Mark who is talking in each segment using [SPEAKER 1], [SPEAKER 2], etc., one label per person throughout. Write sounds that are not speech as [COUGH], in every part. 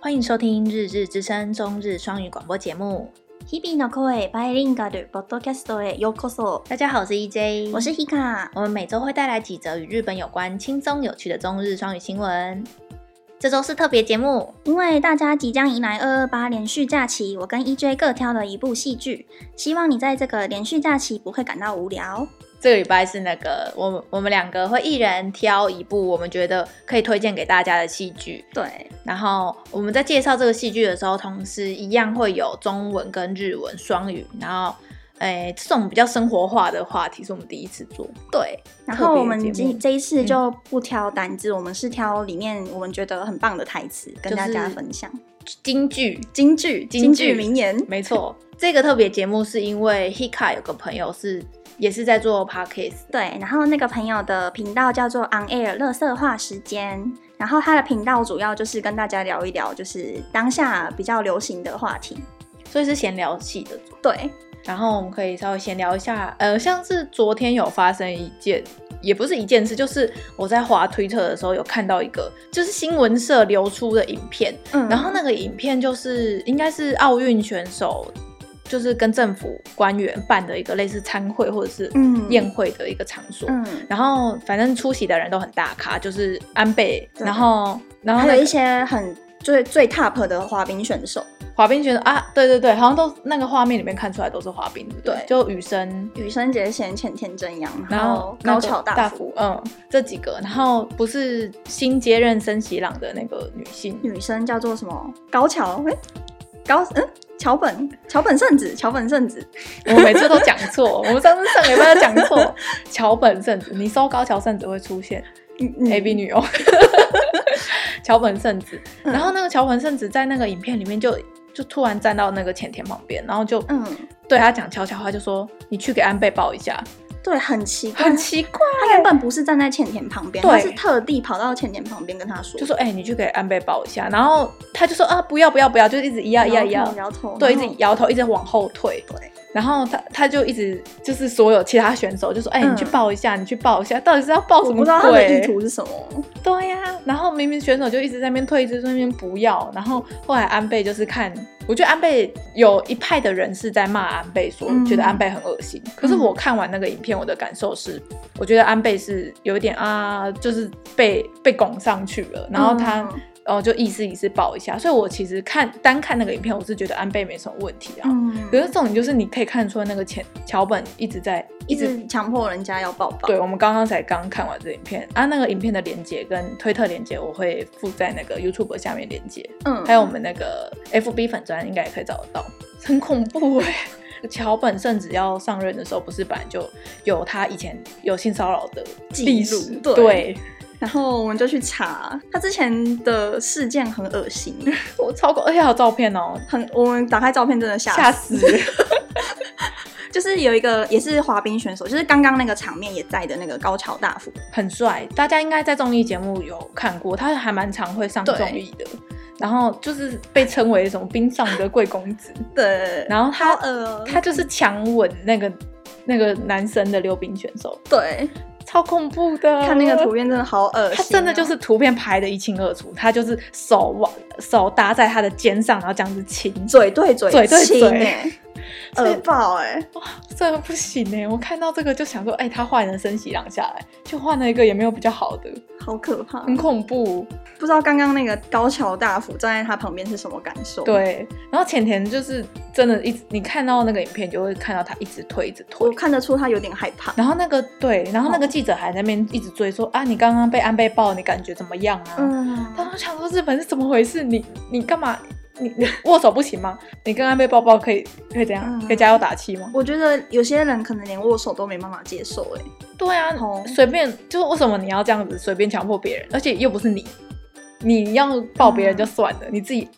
[SPEAKER 1] 欢迎收听《日日之声》中日双语广播节目。
[SPEAKER 2] 日々の声バイリンガルポッドキャストへようこそ。
[SPEAKER 1] 大家好，我是 EJ，
[SPEAKER 2] 我是 Hika。
[SPEAKER 1] 我们每周会带来几则与日本有关、轻松有趣的中日双语新闻。这周是特别节目，
[SPEAKER 2] 因为大家即将迎来二二八连续假期，我跟 EJ 各挑了一部戏剧，希望你在这个连续假期不会感到无聊。
[SPEAKER 1] 这个礼拜是那个我们我们两个会一人挑一部我们觉得可以推荐给大家的戏剧，
[SPEAKER 2] 对，
[SPEAKER 1] 然后我们在介绍这个戏剧的时候，同时一样会有中文跟日文双语，然后。诶，这种比较生活化的话题是我们第一次做，
[SPEAKER 2] 对。然
[SPEAKER 1] 特
[SPEAKER 2] 后
[SPEAKER 1] 别
[SPEAKER 2] 我们
[SPEAKER 1] 节
[SPEAKER 2] 这
[SPEAKER 1] 目
[SPEAKER 2] 这一次就不挑单字，我们是挑里面我们觉得很棒的台词
[SPEAKER 1] 就
[SPEAKER 2] 跟
[SPEAKER 1] 是
[SPEAKER 2] 大家分享。
[SPEAKER 1] 京剧
[SPEAKER 2] 京剧，
[SPEAKER 1] 京
[SPEAKER 2] 京
[SPEAKER 1] 剧
[SPEAKER 2] 剧名言，
[SPEAKER 1] 没错，这个特别节目是因为 Hika 有个朋友是也是在做 podcast，
[SPEAKER 2] 对，然后那个朋友的频道叫做 On Air 乐色话时间，然后他的频道主要就是跟大家聊一聊，就是当下比较流行的话题。
[SPEAKER 1] 所以是闲聊系的组。
[SPEAKER 2] 对，
[SPEAKER 1] 然后我们可以稍微闲聊一下，呃，像是昨天有发生一件，也不是一件事，就是我在滑推特的时候有看到一个，就是新闻社流出的影片，
[SPEAKER 2] 嗯
[SPEAKER 1] 然后那个影片就是应该是奥运选手，就是跟政府官员办的一个类似参会或者是
[SPEAKER 2] 嗯
[SPEAKER 1] 宴会的一个场所，
[SPEAKER 2] 嗯，
[SPEAKER 1] 然后反正出席的人都很大咖，就是安倍，
[SPEAKER 2] 对
[SPEAKER 1] 然后然后
[SPEAKER 2] 还
[SPEAKER 1] 那
[SPEAKER 2] 有一
[SPEAKER 1] 个
[SPEAKER 2] 些很最最 top 的滑冰选手，
[SPEAKER 1] 滑冰选手啊，对对对，好像都那个画面里面看出来都是滑冰，对不
[SPEAKER 2] 对
[SPEAKER 1] 就羽生。
[SPEAKER 2] 羽生结弦、浅田真阳，
[SPEAKER 1] 然后那
[SPEAKER 2] 高
[SPEAKER 1] 个
[SPEAKER 2] 桥
[SPEAKER 1] 大
[SPEAKER 2] 大
[SPEAKER 1] 辅，嗯，这几个，然后不是新接任森喜朗的那个女
[SPEAKER 2] [LAUGHS]
[SPEAKER 1] 性，
[SPEAKER 2] 女生叫做什么？高桥，哎、高嗯，桥本，桥本圣子，桥本圣子，
[SPEAKER 1] 我每次都讲错，我们上次上礼拜都讲
[SPEAKER 2] [LAUGHS]
[SPEAKER 1] 错，桥本圣子，你搜高桥圣子会出现
[SPEAKER 2] 嗯嗯
[SPEAKER 1] A B 女优， [LAUGHS] 桥本圣子，
[SPEAKER 2] 嗯
[SPEAKER 1] 然后那个桥本圣子在那个影片里面就就突然站到那个浅田旁边，然后就
[SPEAKER 2] 嗯，
[SPEAKER 1] 对他讲悄悄话，就说你去给安倍抱一下，
[SPEAKER 2] 对，很奇怪，
[SPEAKER 1] 很奇怪，
[SPEAKER 2] 他原本不是站在浅田旁边，
[SPEAKER 1] 对
[SPEAKER 2] 他是特地跑到浅田旁边跟他说，
[SPEAKER 1] 就说哎、你去给安倍抱一下，然后他就说啊不要不要不要，就一直一要一要一要
[SPEAKER 2] 摇头，摇头，
[SPEAKER 1] 对，一
[SPEAKER 2] 然
[SPEAKER 1] 直
[SPEAKER 2] 后嗯
[SPEAKER 1] 摇头，一直往后退，
[SPEAKER 2] 对。
[SPEAKER 1] 然后他他就一直就是所有其他选手就说，哎、
[SPEAKER 2] 嗯
[SPEAKER 1] 你去抱一下，你去抱一下，到底是要抱什
[SPEAKER 2] 我
[SPEAKER 1] 么
[SPEAKER 2] 不知道他的
[SPEAKER 1] 鬼
[SPEAKER 2] 意图是什么。
[SPEAKER 1] 对呀、然后明明选手就一直在那边退，一直在那边不要。然后后来安倍就是看，我觉得安倍有一派的人是在骂安倍说，
[SPEAKER 2] 嗯
[SPEAKER 1] 觉得安倍很恶心。可是我看完那个影片，我的感受是，我觉得安倍是有一点啊，就是被被拱上去了，然后他。
[SPEAKER 2] 嗯
[SPEAKER 1] 哦，就意思意思抱一下，所以我其实看单看那个影片，我是觉得安倍没什么问题啊。
[SPEAKER 2] 嗯，
[SPEAKER 1] 可是重点就是你可以看出那个前桥本一直在
[SPEAKER 2] 一直强迫人家要抱抱。
[SPEAKER 1] 对，我们刚刚才刚看完这影片啊，那个影片的连接跟推特连接我会附在那个 YouTube 下面连接，
[SPEAKER 2] 嗯，
[SPEAKER 1] 还有我们那个 FB 粉砖应该也可以找得到，很恐怖哎、桥本圣子要上任的时候，不是本来就有他以前有性骚扰的
[SPEAKER 2] 记
[SPEAKER 1] 历史
[SPEAKER 2] 录对
[SPEAKER 1] 对
[SPEAKER 2] 然后我们就去查他之前的事件，很恶心，
[SPEAKER 1] 我超过，而且还有照片哦，
[SPEAKER 2] 很我们打开照片真的吓
[SPEAKER 1] 吓
[SPEAKER 2] 死。
[SPEAKER 1] 死！
[SPEAKER 2] [LAUGHS] 就是有一个也是滑冰选手，就是刚刚那个场面也在的那个高桥大辅，
[SPEAKER 1] 很帅，大家应该在综艺节目有看过，他还蛮常会上
[SPEAKER 2] 对
[SPEAKER 1] 综艺的。然后就是被称为什么冰上的贵公子，
[SPEAKER 2] 对，
[SPEAKER 1] 然后他
[SPEAKER 2] 好恶哦
[SPEAKER 1] 他就是强吻那个那个男生的溜冰选手，
[SPEAKER 2] 对，
[SPEAKER 1] 超恐怖的。
[SPEAKER 2] 看那个图，片真的好恶心哦，
[SPEAKER 1] 他真的就是图片拍的一清二楚，他就是手往手搭在他的肩上，然后这样子亲，
[SPEAKER 2] 嘴对嘴
[SPEAKER 1] 嘴对
[SPEAKER 2] 亲
[SPEAKER 1] 嘴
[SPEAKER 2] 欸
[SPEAKER 1] 所以
[SPEAKER 2] 恶爆哎、
[SPEAKER 1] 这个不行哎、我看到这个就想说，哎、他换人升息朗下来，就换了一个也没有比较好的，
[SPEAKER 2] 好可怕！
[SPEAKER 1] 很恐怖。
[SPEAKER 2] 不知道刚刚那个高桥大辅站在他旁边是什么感受？，
[SPEAKER 1] 对，然后浅田就是真的一直，你看到那个影片，你就会看到他一直推，一直推
[SPEAKER 2] 我。看得出他有点害怕。
[SPEAKER 1] 然后那个对，然后那个
[SPEAKER 2] 哦
[SPEAKER 1] 记者还在那边一直追说、啊，你刚刚被安倍抱，你感觉怎么样啊？
[SPEAKER 2] 嗯，
[SPEAKER 1] 当时想说日本是怎么回事？你你干嘛？你 [LAUGHS] 你握手不行吗？你跟安倍抱抱可以可以怎样？
[SPEAKER 2] 嗯
[SPEAKER 1] 可以加油打气吗？
[SPEAKER 2] 我觉得有些人可能连握手都没办法接受、欸，哎，
[SPEAKER 1] 对啊
[SPEAKER 2] 哦，
[SPEAKER 1] 随便就是为什么你要这样子随便强迫别人？而且又不是你，你要抱别人就算
[SPEAKER 2] 嗯
[SPEAKER 1] 了，你自己，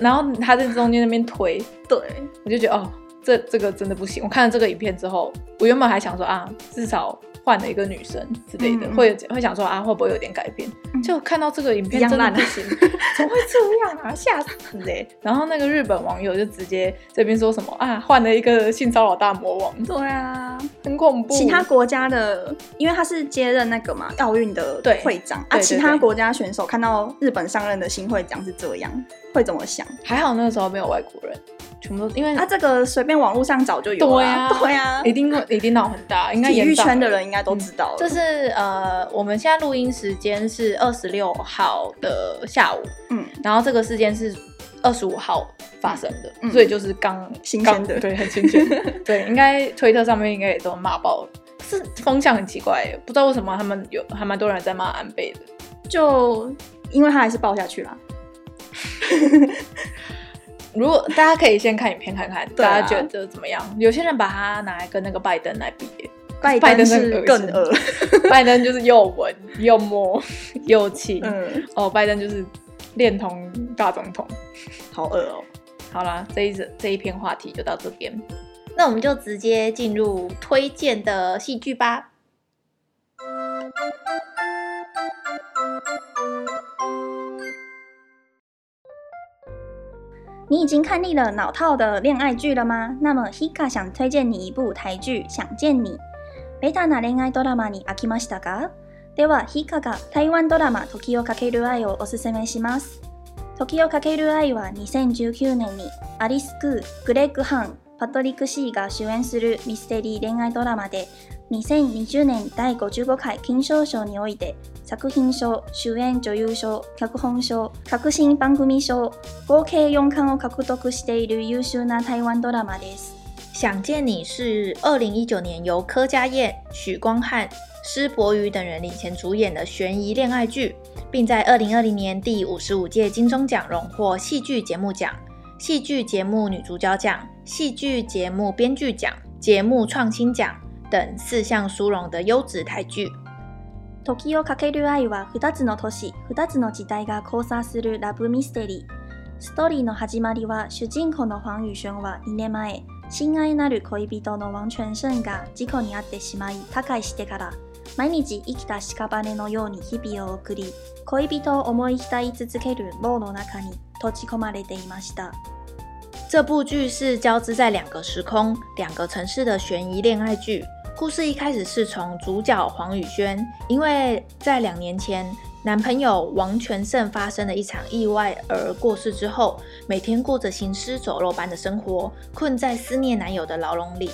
[SPEAKER 1] 然后他在中间那边推，
[SPEAKER 2] 对，
[SPEAKER 1] 我就觉得哦，这这个真的不行。我看了这个影片之后，我原本还想说啊，至少
[SPEAKER 3] 换了一个女生之类的，
[SPEAKER 2] 嗯嗯
[SPEAKER 3] 会有会想说啊，会不会有点改变？
[SPEAKER 2] 嗯
[SPEAKER 3] 就看到这个影
[SPEAKER 2] 一
[SPEAKER 3] 片
[SPEAKER 2] 样
[SPEAKER 3] 真的
[SPEAKER 2] 烂啊
[SPEAKER 3] 不行，
[SPEAKER 2] [LAUGHS]
[SPEAKER 3] 怎么会这样啊？吓死嘞、然后那个日本网友就直接这边说什么啊，换了一个性骚扰大魔王，
[SPEAKER 2] 对啊，
[SPEAKER 3] 很恐怖。
[SPEAKER 2] 其他国家的，因为他是接任那个嘛奥运的
[SPEAKER 3] 对
[SPEAKER 2] 会长
[SPEAKER 3] 对
[SPEAKER 2] 啊，
[SPEAKER 3] 对
[SPEAKER 2] 其他
[SPEAKER 3] 对
[SPEAKER 2] 国家选手看到日本上任的新会长是这样，会怎么想？
[SPEAKER 3] 还好那个时候没有外国人，全部都因为
[SPEAKER 2] 啊，这个随便网络上找就有
[SPEAKER 3] 嗯对
[SPEAKER 2] 啊，
[SPEAKER 3] 啊
[SPEAKER 2] 对啊，
[SPEAKER 3] 一定会一定闹很大，应该
[SPEAKER 2] 体
[SPEAKER 3] 严
[SPEAKER 2] 育
[SPEAKER 3] 重
[SPEAKER 2] 圈的
[SPEAKER 3] 了
[SPEAKER 2] 人应该都知道了。
[SPEAKER 3] 嗯这是呃，我们现在录音时间是二十六号的下午，
[SPEAKER 2] 嗯，
[SPEAKER 3] 然后这个事件是二十五号发生的，
[SPEAKER 2] 嗯
[SPEAKER 3] 所以就是刚
[SPEAKER 2] 新鲜的
[SPEAKER 3] 刚对，很新 [LAUGHS] 鲜，对，应该推特上面应该也都骂爆了。是风向很奇怪耶，不知道为什么他们有还蛮多人在骂安倍的。
[SPEAKER 2] 就因为他还是爆下去了，
[SPEAKER 3] 如果大家可以先看影片看看，
[SPEAKER 2] 对啊
[SPEAKER 3] 大家觉得怎么样？有些人把它拿来跟那个拜登来比耶，
[SPEAKER 2] 拜
[SPEAKER 3] 拜登
[SPEAKER 2] 登
[SPEAKER 3] 很恶
[SPEAKER 2] 是
[SPEAKER 3] 心
[SPEAKER 2] 更恶，
[SPEAKER 3] [LAUGHS] 拜登就是又文又摸又亲，
[SPEAKER 2] 嗯，
[SPEAKER 3] 哦，拜登就是恋童大总统。
[SPEAKER 2] 好恶哦。
[SPEAKER 3] 好啦，这一则这一篇话题就到这边，那我们就直接进入推荐的戏剧吧。
[SPEAKER 2] 你已经看腻了老套的恋爱剧了吗？那么 Hika 想推荐你一部台剧《想见你》。ベタな恋愛ドラマに飽きましたか？では Hika が台湾ドラマ「時をかける愛」をおすすめします。時をかける愛は2019年にアリス・クー、グレッグ・ハン、パトリック・シーが主演するミステリー恋愛ドラマで2020年第55回金賞賞において作品賞、主演女優賞、脚本賞、革新番組賞、合計4冠を獲得している優秀な台湾ドラマです。
[SPEAKER 3] 想见你是二零一九年由柯佳燕、许光汉、施柏宇等人领衔主演的悬疑恋爱剧，并在二零二零年第五十五届金钟奖荣获戏剧节目奖、戏剧节目女主角奖、戏剧节目编剧奖、节目创新奖等四项殊荣的优质台剧。
[SPEAKER 2] 時をかける愛は2つの都市、2つの時代が交差するラブミステリー。ストーリーの始まりは主人公のファン・ユションは2年前、親愛なる恋人のワン・チュン・シュンが事故に遭ってしまい他界してから、毎日生きた屍のように日々を送り、恋人を思い浸り続ける牢の中に閉じ込まれていました。
[SPEAKER 3] 这部剧是交织在两个时空、两个城市的悬疑恋爱剧。故事一开始是从主角黄宇轩，因为在两年前男朋友王全胜发生了一场意外而过世之后，每天过着行尸走肉般的生活，困在思念男友的牢笼里。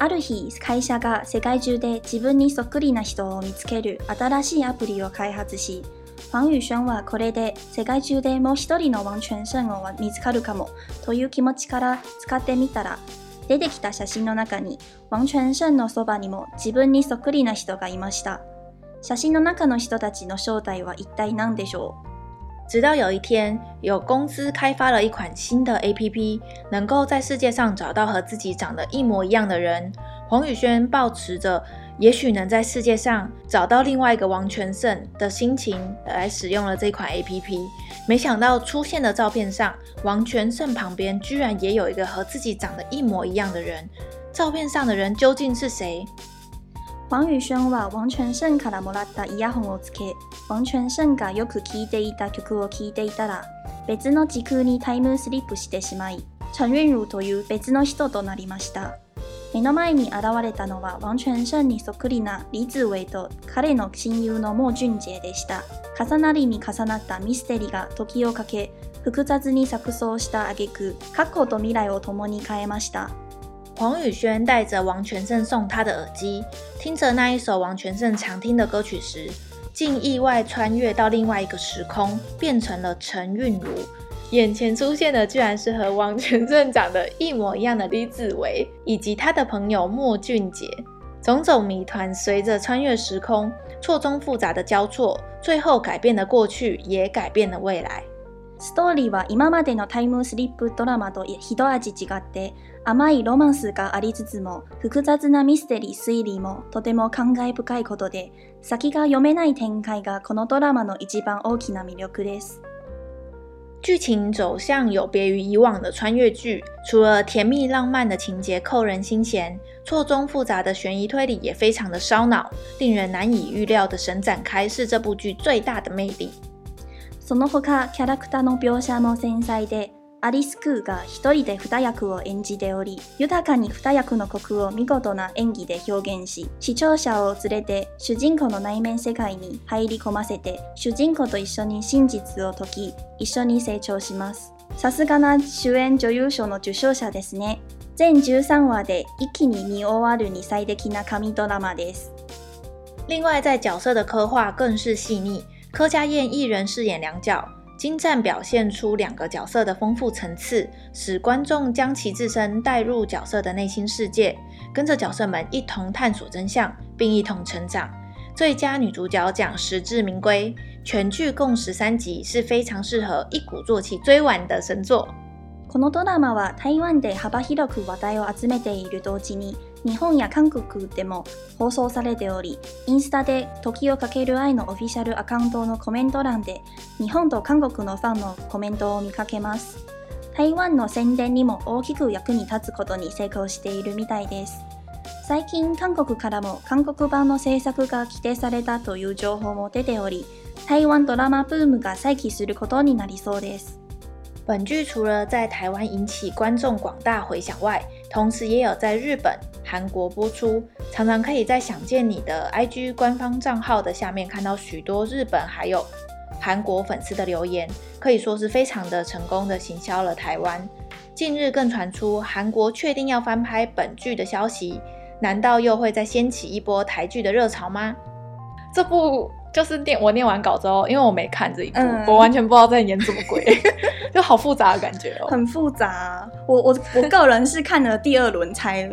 [SPEAKER 2] ある日会社が世界中で自分にそっくりな人を見つける新しいアプリを開発しファン・ユションはこれで世界中でもう一人のワン・チュン・シェンを見つかるかもという気持ちから使ってみたら出てきた写真の中にワン・チュン・シェンのそばにも自分にそっくりな人がいました写真の中の人たちの正体は一体何でしょう
[SPEAKER 3] 直到有一天，有公司开发了一款新的 APP，能够在世界上找到和自己长得一模一样的人。黄宇轩抱持着也许能在世界上找到另外一个王全胜的心情来使用了这款 APP，没想到出现的照片上，王全胜旁边居然也有一个和自己长得一模一样的人。照片上的人究竟是谁？
[SPEAKER 2] ファン・ユションはワン・チュン・シェンからもらったイヤホンをつけワン・チュン・シェンがよく聴いていた曲を聴いていたら別の時空にタイムスリップしてしまいチャン・ユンルという別の人となりました目の前に現れたのはワン・チュン・シェンにそっくりなリズウェイと彼の親友のモ・ジュンジェでした重なりに重なったミステリが時をかけ複雑に錯綜した挙句過去と未来を共に変えました
[SPEAKER 3] 黄宇轩带着王全胜送他的耳机，听着那一首王全胜常听的歌曲时，竟意外穿越到另外一个时空，变成了陈韵如。眼前出现的居然是和王全胜长得一模一样的李子维，以及他的朋友莫俊杰。种种谜团随着穿越时空，错综复杂的交错，最后改变了过去，也改变了未来。
[SPEAKER 2] ストーリーは今までのタイムスリップドラマと一味違って甘いロマンスがありつつも複雑なミステリー推理もとても感慨深いことで先が読めない展開がこのドラマの一番大きな魅力です
[SPEAKER 3] 剧情走向有别于以往的穿越剧，除了甜蜜浪漫的情节扣人心弦，错综复杂的悬疑推理也非常的烧脑，令人难以预料的神展开是这部剧最大的魅力。
[SPEAKER 2] その他キャラクターの描写も繊細でアリス・クーが一人で二役を演じており豊かに二役の国を見事な演技で表現し視聴者を連れて主人公の内面世界に入り込ませて主人公と一緒に真実を解き一緒に成長しますさすがな主演女優賞の受賞者ですね全13話で一気に見終わるに最適な神ドラマです
[SPEAKER 3] 另外，在角色的刻画更是细腻，柯佳燕一人饰演两角，精湛表现出两个角色的丰富层次，使观众将其自身带入角色的内心世界，跟着角色们一同探索真相，并一同成长。最佳女主角奖实至名归，全剧共十三集，是非常适合一鼓作气追完的神作。
[SPEAKER 2] このドラマは台湾で幅広く話題を集めている同時に日本や韓国でも放送されておりインスタで「時をかける愛」のオフィシャルアカウントのコメント欄で日本と韓国のファンのコメントを見かけます台湾の宣伝にも大きく役に立つことに成功しているみたいです最近韓国からも韓国版の制作が規定されたという情報も出ており台湾ドラマブームが再起することになりそうです
[SPEAKER 3] 本剧除了在台湾引起观众广大回响外，同时也有在日本、韩国播出，常常可以在“想见你”的 IG 官方账号的下面看到许多日本还有韩国粉丝的留言，可以说是非常的成功的行销了台湾。近日更传出韩国确定要翻拍本剧的消息，难道又会再掀起一波台剧的热潮吗？这部就是念我念完稿之后，因为我没看这一部，
[SPEAKER 2] 嗯
[SPEAKER 3] 我完全不知道在演什么
[SPEAKER 2] [LAUGHS]
[SPEAKER 3] 鬼，就好复杂的感觉哦。
[SPEAKER 2] 很复杂、啊我我我个人是看了第二轮才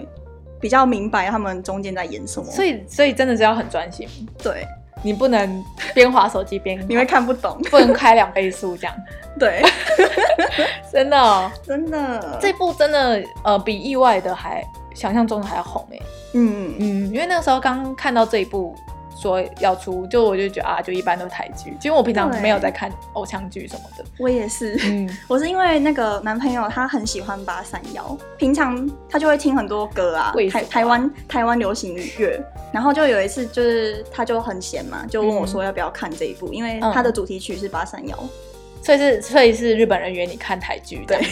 [SPEAKER 2] 比较明白他们中间在演什么，
[SPEAKER 3] 所以，所以真的是要很专心，
[SPEAKER 2] 对
[SPEAKER 3] 你不能边划手机边，
[SPEAKER 2] 你会看不懂， [LAUGHS]
[SPEAKER 3] 不能开两倍速 [LAUGHS] 这样，
[SPEAKER 2] 对，
[SPEAKER 3] 真的哦、
[SPEAKER 2] 真的
[SPEAKER 3] 这部真的呃比意外的还想象中的还要红哎、
[SPEAKER 2] 嗯
[SPEAKER 3] 嗯，因为那个时候刚看到这一部说要出，就我就觉得啊，就一般都是台剧，因为我平常
[SPEAKER 2] 对
[SPEAKER 3] 没有在看偶像剧什么的，
[SPEAKER 2] 我也是。 [LAUGHS]
[SPEAKER 3] [LAUGHS] 嗯，
[SPEAKER 2] 我是因为那个男朋友他很喜欢八三幺，平常他就会听很多歌啊
[SPEAKER 3] 为，什
[SPEAKER 2] 台
[SPEAKER 3] 么
[SPEAKER 2] 台湾台湾流行乐，然后就有一次就是他就很闲嘛，就问我
[SPEAKER 3] 嗯
[SPEAKER 2] 说要不要看这一部，因为它的主题曲是八三
[SPEAKER 3] [LAUGHS]
[SPEAKER 2] 幺，
[SPEAKER 3] 所以是所以是日本人约你看台剧这样，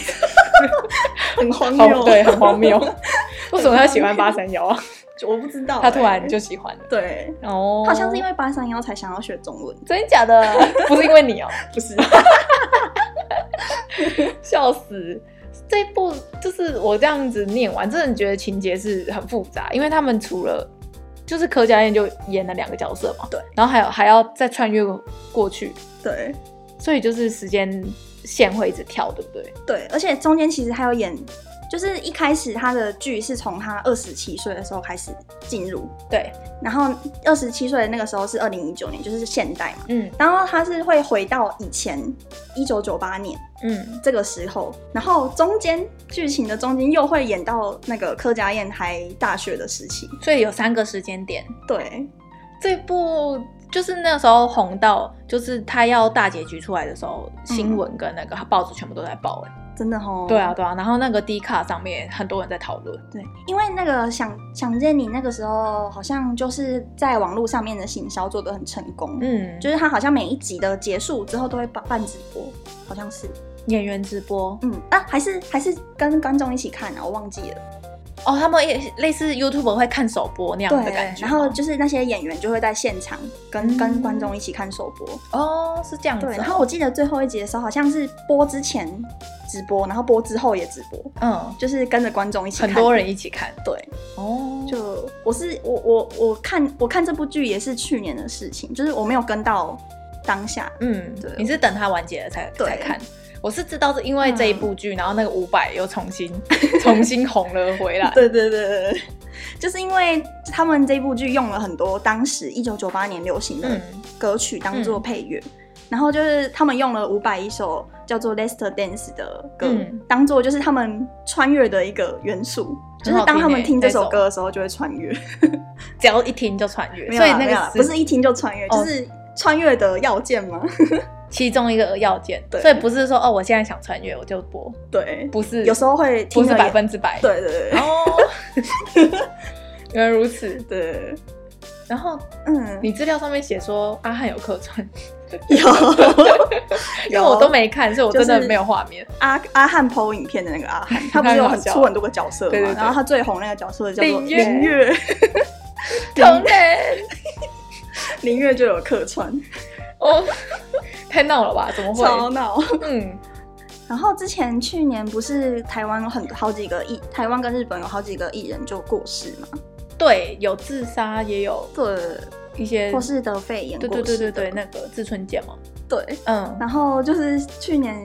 [SPEAKER 2] 很荒
[SPEAKER 3] 好
[SPEAKER 2] 谬，
[SPEAKER 3] 哦对，很荒谬， [LAUGHS] 为什么他喜欢八三幺啊？
[SPEAKER 2] [LAUGHS] 我不知道欸、
[SPEAKER 3] [LAUGHS] 他突然就喜欢了，
[SPEAKER 2] 对，
[SPEAKER 3] [LAUGHS] 哦，
[SPEAKER 2] 好像是因为八三幺才想要学中文，
[SPEAKER 3] 真的假 [LAUGHS] 的？不是因为你哦，
[SPEAKER 2] 不是？
[SPEAKER 3] 笑死！这部就是我这样子念完，真的觉得情节是很复杂，因为他们除了就是柯佳燕就演了两个角色嘛，
[SPEAKER 2] 对，
[SPEAKER 3] 然后还有还要再穿越过去，
[SPEAKER 2] [LAUGHS] 对
[SPEAKER 3] 所以就是时间线会一直跳，对不对？
[SPEAKER 2] 对，而且中间其实还有演，就是一开始他的剧是从他二十七岁的时候开始进入，
[SPEAKER 3] 对，
[SPEAKER 2] 然后二十七岁的那个时候是二零一九年，就是现代嘛。
[SPEAKER 3] 嗯
[SPEAKER 2] 然后他是会回到以前一九九八年
[SPEAKER 3] 嗯，
[SPEAKER 2] 这个时候，然后中间剧情的中间又会演到那个柯佳燕还大学的时期。
[SPEAKER 3] 所以有三个时间点。
[SPEAKER 2] 对，
[SPEAKER 3] 这部就是那时候红到，就是他要大结局出来的时候，新闻跟那个报纸全部都在报、哎、
[SPEAKER 2] 真的哦。
[SPEAKER 3] 对啊，对啊，然后那个 D 卡上面很多人在讨论，
[SPEAKER 2] 对，因为那个想想见你那个时候，好像就是在网络上面的行销做得很成功。
[SPEAKER 3] 嗯，
[SPEAKER 2] 就是他好像每一集的结束之后都会办办直播，好像是，
[SPEAKER 3] 演员直播，
[SPEAKER 2] 嗯啊，还是还是跟观众一起看啊，我忘记了。
[SPEAKER 3] 哦，他们也类似 YouTube 会看首播那样的感觉
[SPEAKER 2] 然
[SPEAKER 3] 吗，
[SPEAKER 2] 后就是那些演员就会在现场跟、
[SPEAKER 3] 嗯
[SPEAKER 2] 跟观众一起看首播。
[SPEAKER 3] 哦是这
[SPEAKER 1] 啊
[SPEAKER 3] 样子哦、
[SPEAKER 2] 对，然后我记得最后一集的时候，好像是播之前直播，然后播之后也直播，
[SPEAKER 3] 嗯，
[SPEAKER 2] 就是跟着观众一起看。
[SPEAKER 3] 很多人一起看
[SPEAKER 2] 对，
[SPEAKER 1] 嗯
[SPEAKER 3] 哦，就
[SPEAKER 2] 就我是我我我看我看这部剧也是去年的事情，就是我没有跟到当下。
[SPEAKER 3] 嗯
[SPEAKER 2] 对，
[SPEAKER 3] 你是等它完结了才
[SPEAKER 2] 对
[SPEAKER 3] 才看。我是知道是因为这一部剧，然后那个伍佰又重 [LAUGHS] 新重新红了回 [LAUGHS] 来。
[SPEAKER 2] 对对对对对，就是因为他们这部剧用了很多当时一九九八年流行的
[SPEAKER 3] 嗯
[SPEAKER 2] 歌曲当做配乐，
[SPEAKER 1] 嗯
[SPEAKER 2] 然后就是他们用了五百一首叫做《Lester Dance》的歌，
[SPEAKER 3] 嗯
[SPEAKER 2] 当做就是他们穿越的一个元素，就
[SPEAKER 3] 很
[SPEAKER 2] 是
[SPEAKER 3] 好听
[SPEAKER 2] 当他们
[SPEAKER 3] 欸
[SPEAKER 2] 听这首
[SPEAKER 3] 这首
[SPEAKER 2] 歌的时候就会穿越，
[SPEAKER 3] 只要一听就穿越，
[SPEAKER 2] 没有啊
[SPEAKER 3] 所以
[SPEAKER 2] 啦
[SPEAKER 3] 那
[SPEAKER 2] 没有啦
[SPEAKER 3] 个
[SPEAKER 1] 哦
[SPEAKER 2] 不是一听就穿越，
[SPEAKER 3] 哦
[SPEAKER 2] 就是穿越的要件吗？ [LAUGHS]
[SPEAKER 1] 其中一个要件，
[SPEAKER 2] 对
[SPEAKER 1] 所以不是说哦，我现在想穿越我就播，
[SPEAKER 2] 对，
[SPEAKER 1] 不是，
[SPEAKER 2] 有时候会听
[SPEAKER 1] 不
[SPEAKER 2] 了
[SPEAKER 1] 是
[SPEAKER 2] 也
[SPEAKER 1] 百分之百。
[SPEAKER 2] 对对对
[SPEAKER 1] 哦，
[SPEAKER 2] [LAUGHS]
[SPEAKER 1] 原来如此。
[SPEAKER 2] 对对，
[SPEAKER 1] 然后
[SPEAKER 2] 嗯，
[SPEAKER 1] 你资料上面写说阿汉有客串，
[SPEAKER 2] 有
[SPEAKER 1] [LAUGHS]
[SPEAKER 2] 啊
[SPEAKER 1] 因为我都没看，所以我真
[SPEAKER 2] 就
[SPEAKER 1] 的
[SPEAKER 2] 是
[SPEAKER 1] 没有画面。
[SPEAKER 2] 阿阿汉 PO 影片的那个阿
[SPEAKER 1] [LAUGHS]
[SPEAKER 2] 汉，他不是有很出很多个角色嘛，
[SPEAKER 1] 对对对
[SPEAKER 2] 然后他最红那个角色叫做
[SPEAKER 1] 林月
[SPEAKER 2] 林月， [LAUGHS]
[SPEAKER 1] 同人，
[SPEAKER 2] 林月就有客串，
[SPEAKER 1] 哦，太闹了吧？怎么
[SPEAKER 2] 超
[SPEAKER 1] 会？
[SPEAKER 2] 闹。
[SPEAKER 1] 嗯，
[SPEAKER 2] 然后之前去年不是台湾有很好几个艺，台湾跟日本有好几个艺人就过世嘛，
[SPEAKER 1] 对，有自杀，也有
[SPEAKER 2] 对，
[SPEAKER 1] 一些
[SPEAKER 2] 或是得肺炎
[SPEAKER 1] 对
[SPEAKER 2] 过
[SPEAKER 1] 对对
[SPEAKER 2] 世
[SPEAKER 1] 对对，
[SPEAKER 2] 的
[SPEAKER 1] 那个志村健嘛，
[SPEAKER 2] 对。
[SPEAKER 1] 嗯，
[SPEAKER 2] 然后就是去年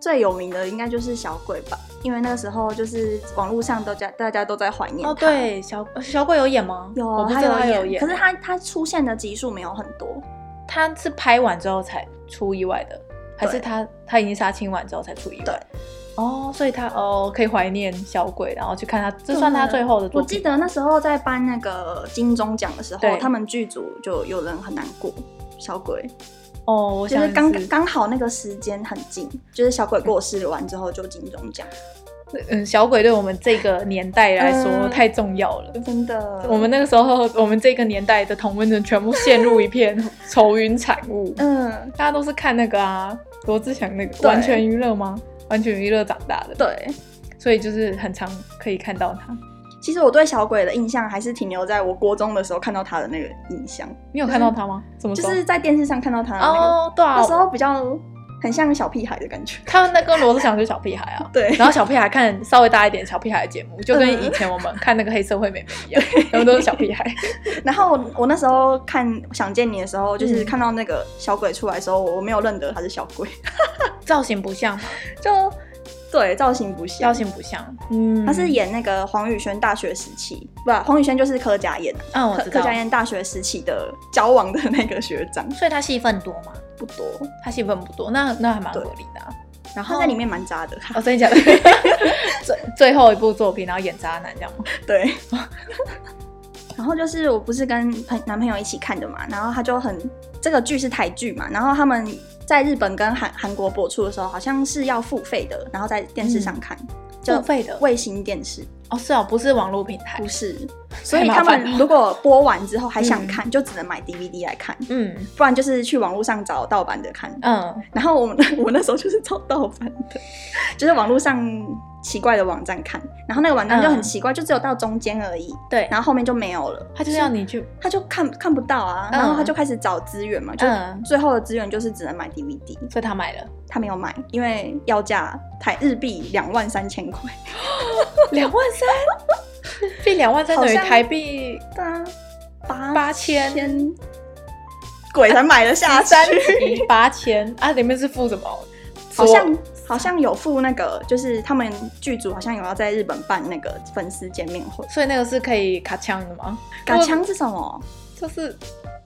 [SPEAKER 2] 最有名的应该就是小鬼吧，因为那个时候就是网络上都家大家都在怀念
[SPEAKER 1] 哦
[SPEAKER 2] 他，
[SPEAKER 1] 对，小小鬼有演吗？我
[SPEAKER 2] 有
[SPEAKER 1] 不知
[SPEAKER 2] 他
[SPEAKER 1] 道他
[SPEAKER 2] 有
[SPEAKER 1] 演，
[SPEAKER 2] 可是他他出现的集数没有很多，
[SPEAKER 1] 他是拍完之后才出意外的，还是
[SPEAKER 2] 对
[SPEAKER 1] 他他已经杀青完之后才出意
[SPEAKER 2] 对
[SPEAKER 1] 外？哦，所以他哦可以怀念小鬼，然后去看他，这算他
[SPEAKER 2] 对啊
[SPEAKER 1] 最后的
[SPEAKER 2] 我
[SPEAKER 1] 作
[SPEAKER 2] 记
[SPEAKER 1] 品。
[SPEAKER 2] 得那时候在颁那个金钟奖的时候
[SPEAKER 1] 对，
[SPEAKER 2] 他们剧组就有人很难过。小鬼
[SPEAKER 1] 哦，我
[SPEAKER 2] 就
[SPEAKER 1] 想
[SPEAKER 2] 是刚
[SPEAKER 1] 是
[SPEAKER 2] 刚好那个时间很近，就是小鬼过世完之后就金钟奖，
[SPEAKER 1] 嗯，小鬼对我们这个年代来说
[SPEAKER 2] 嗯
[SPEAKER 1] 太重要了。
[SPEAKER 2] 真的。
[SPEAKER 1] 我们那个时候，我们这个年代的同温层全部陷入一 [LAUGHS] 片愁云惨雾。
[SPEAKER 2] 嗯，
[SPEAKER 1] 大家都是看那个啊，罗志祥那个
[SPEAKER 2] 对
[SPEAKER 1] 完全娱乐吗？完全娱乐长大的，
[SPEAKER 2] 对。
[SPEAKER 1] 所以就是很常可以看到他。
[SPEAKER 2] 其实我对小鬼的印象还是停留在我国中的时候看到他的那个印象，
[SPEAKER 1] 你有看到他吗？怎么
[SPEAKER 2] 就
[SPEAKER 1] 说？
[SPEAKER 2] 是在电视上看到他的那个，
[SPEAKER 1] 嗯哦，对啊
[SPEAKER 2] 那时，候比较很像小屁孩的感觉。。
[SPEAKER 1] 他那跟罗志祥就是小屁孩啊
[SPEAKER 2] 对
[SPEAKER 1] [LAUGHS] 然后小屁孩看稍微大一点小屁孩的节
[SPEAKER 2] 嗯
[SPEAKER 1] 目，就跟以前我们看那个黑社会妹妹一
[SPEAKER 2] [LAUGHS]
[SPEAKER 1] 样，他们都是小屁孩。
[SPEAKER 2] 然后我我那时候看《想见你》的时候，就
[SPEAKER 1] 嗯
[SPEAKER 2] 是看到那个小鬼出来的时候，我我没有认得他是小鬼，
[SPEAKER 1] 造型不像吗，
[SPEAKER 2] 就对造型不
[SPEAKER 1] 造
[SPEAKER 2] 像。
[SPEAKER 1] 型不像，嗯，
[SPEAKER 2] 他是演那个黄宇轩大学时期，不，黄宇轩就是柯佳燕啊，
[SPEAKER 1] 嗯，我
[SPEAKER 2] 柯
[SPEAKER 1] 知
[SPEAKER 2] 柯
[SPEAKER 1] 道
[SPEAKER 2] 佳。燕大学时期的交往的那个学长，
[SPEAKER 1] 所以他戏份多吗？
[SPEAKER 2] 不多。
[SPEAKER 1] 他戏份不多，那那还蛮合理的啊、然后
[SPEAKER 2] 他在里面蛮渣的，啊
[SPEAKER 1] 哦，真的假 [LAUGHS] 的？最最后一部作品，然后演渣男这样吗？
[SPEAKER 2] 对。然后就是我不是跟朋男朋友一起看的嘛，然后他就很这个剧是台剧嘛，然后他们在日本跟韩韩国播出的时候，好像是要付费的，然后在电视上看，就
[SPEAKER 1] 付费的
[SPEAKER 2] 卫星电视
[SPEAKER 1] 哦，是哦，不是网络平台
[SPEAKER 2] 不。是，所以
[SPEAKER 1] 麻
[SPEAKER 2] 他
[SPEAKER 1] 烦了
[SPEAKER 2] 们如果播完之后还想看，就只能买 DVD 来看，
[SPEAKER 1] 嗯
[SPEAKER 2] 不然就是去网络上找盗版的看。
[SPEAKER 1] 嗯，
[SPEAKER 2] 然后我们我那时候就是找盗版的，就是网络上奇怪的网站看，然后那个网站就很奇怪，就只有到中间而已，
[SPEAKER 1] 嗯对。
[SPEAKER 2] 然后后面就没有了。
[SPEAKER 1] 他就是要你去，
[SPEAKER 2] 他就看看不到啊，
[SPEAKER 1] 嗯
[SPEAKER 2] 然后他就开始找资源嘛，就
[SPEAKER 1] 嗯
[SPEAKER 2] 最后的资源就是只能买 DVD，
[SPEAKER 1] 所以他买了
[SPEAKER 2] 他没有买，因为要价台日币两万三千块，
[SPEAKER 1] 两万三，这两万三等于
[SPEAKER 2] 好像
[SPEAKER 1] 台币
[SPEAKER 2] 对啊，八
[SPEAKER 1] 八千，
[SPEAKER 2] 千，鬼才买得下去，
[SPEAKER 1] 三级八千啊！里面是付什么？
[SPEAKER 2] 好
[SPEAKER 1] 桌
[SPEAKER 2] 像好像有付那个，就是他们剧组好像有要在日本办那个粉丝见面会，
[SPEAKER 1] 所以那个是可以卡枪的吗？
[SPEAKER 2] 嘎枪是什么？
[SPEAKER 1] 就是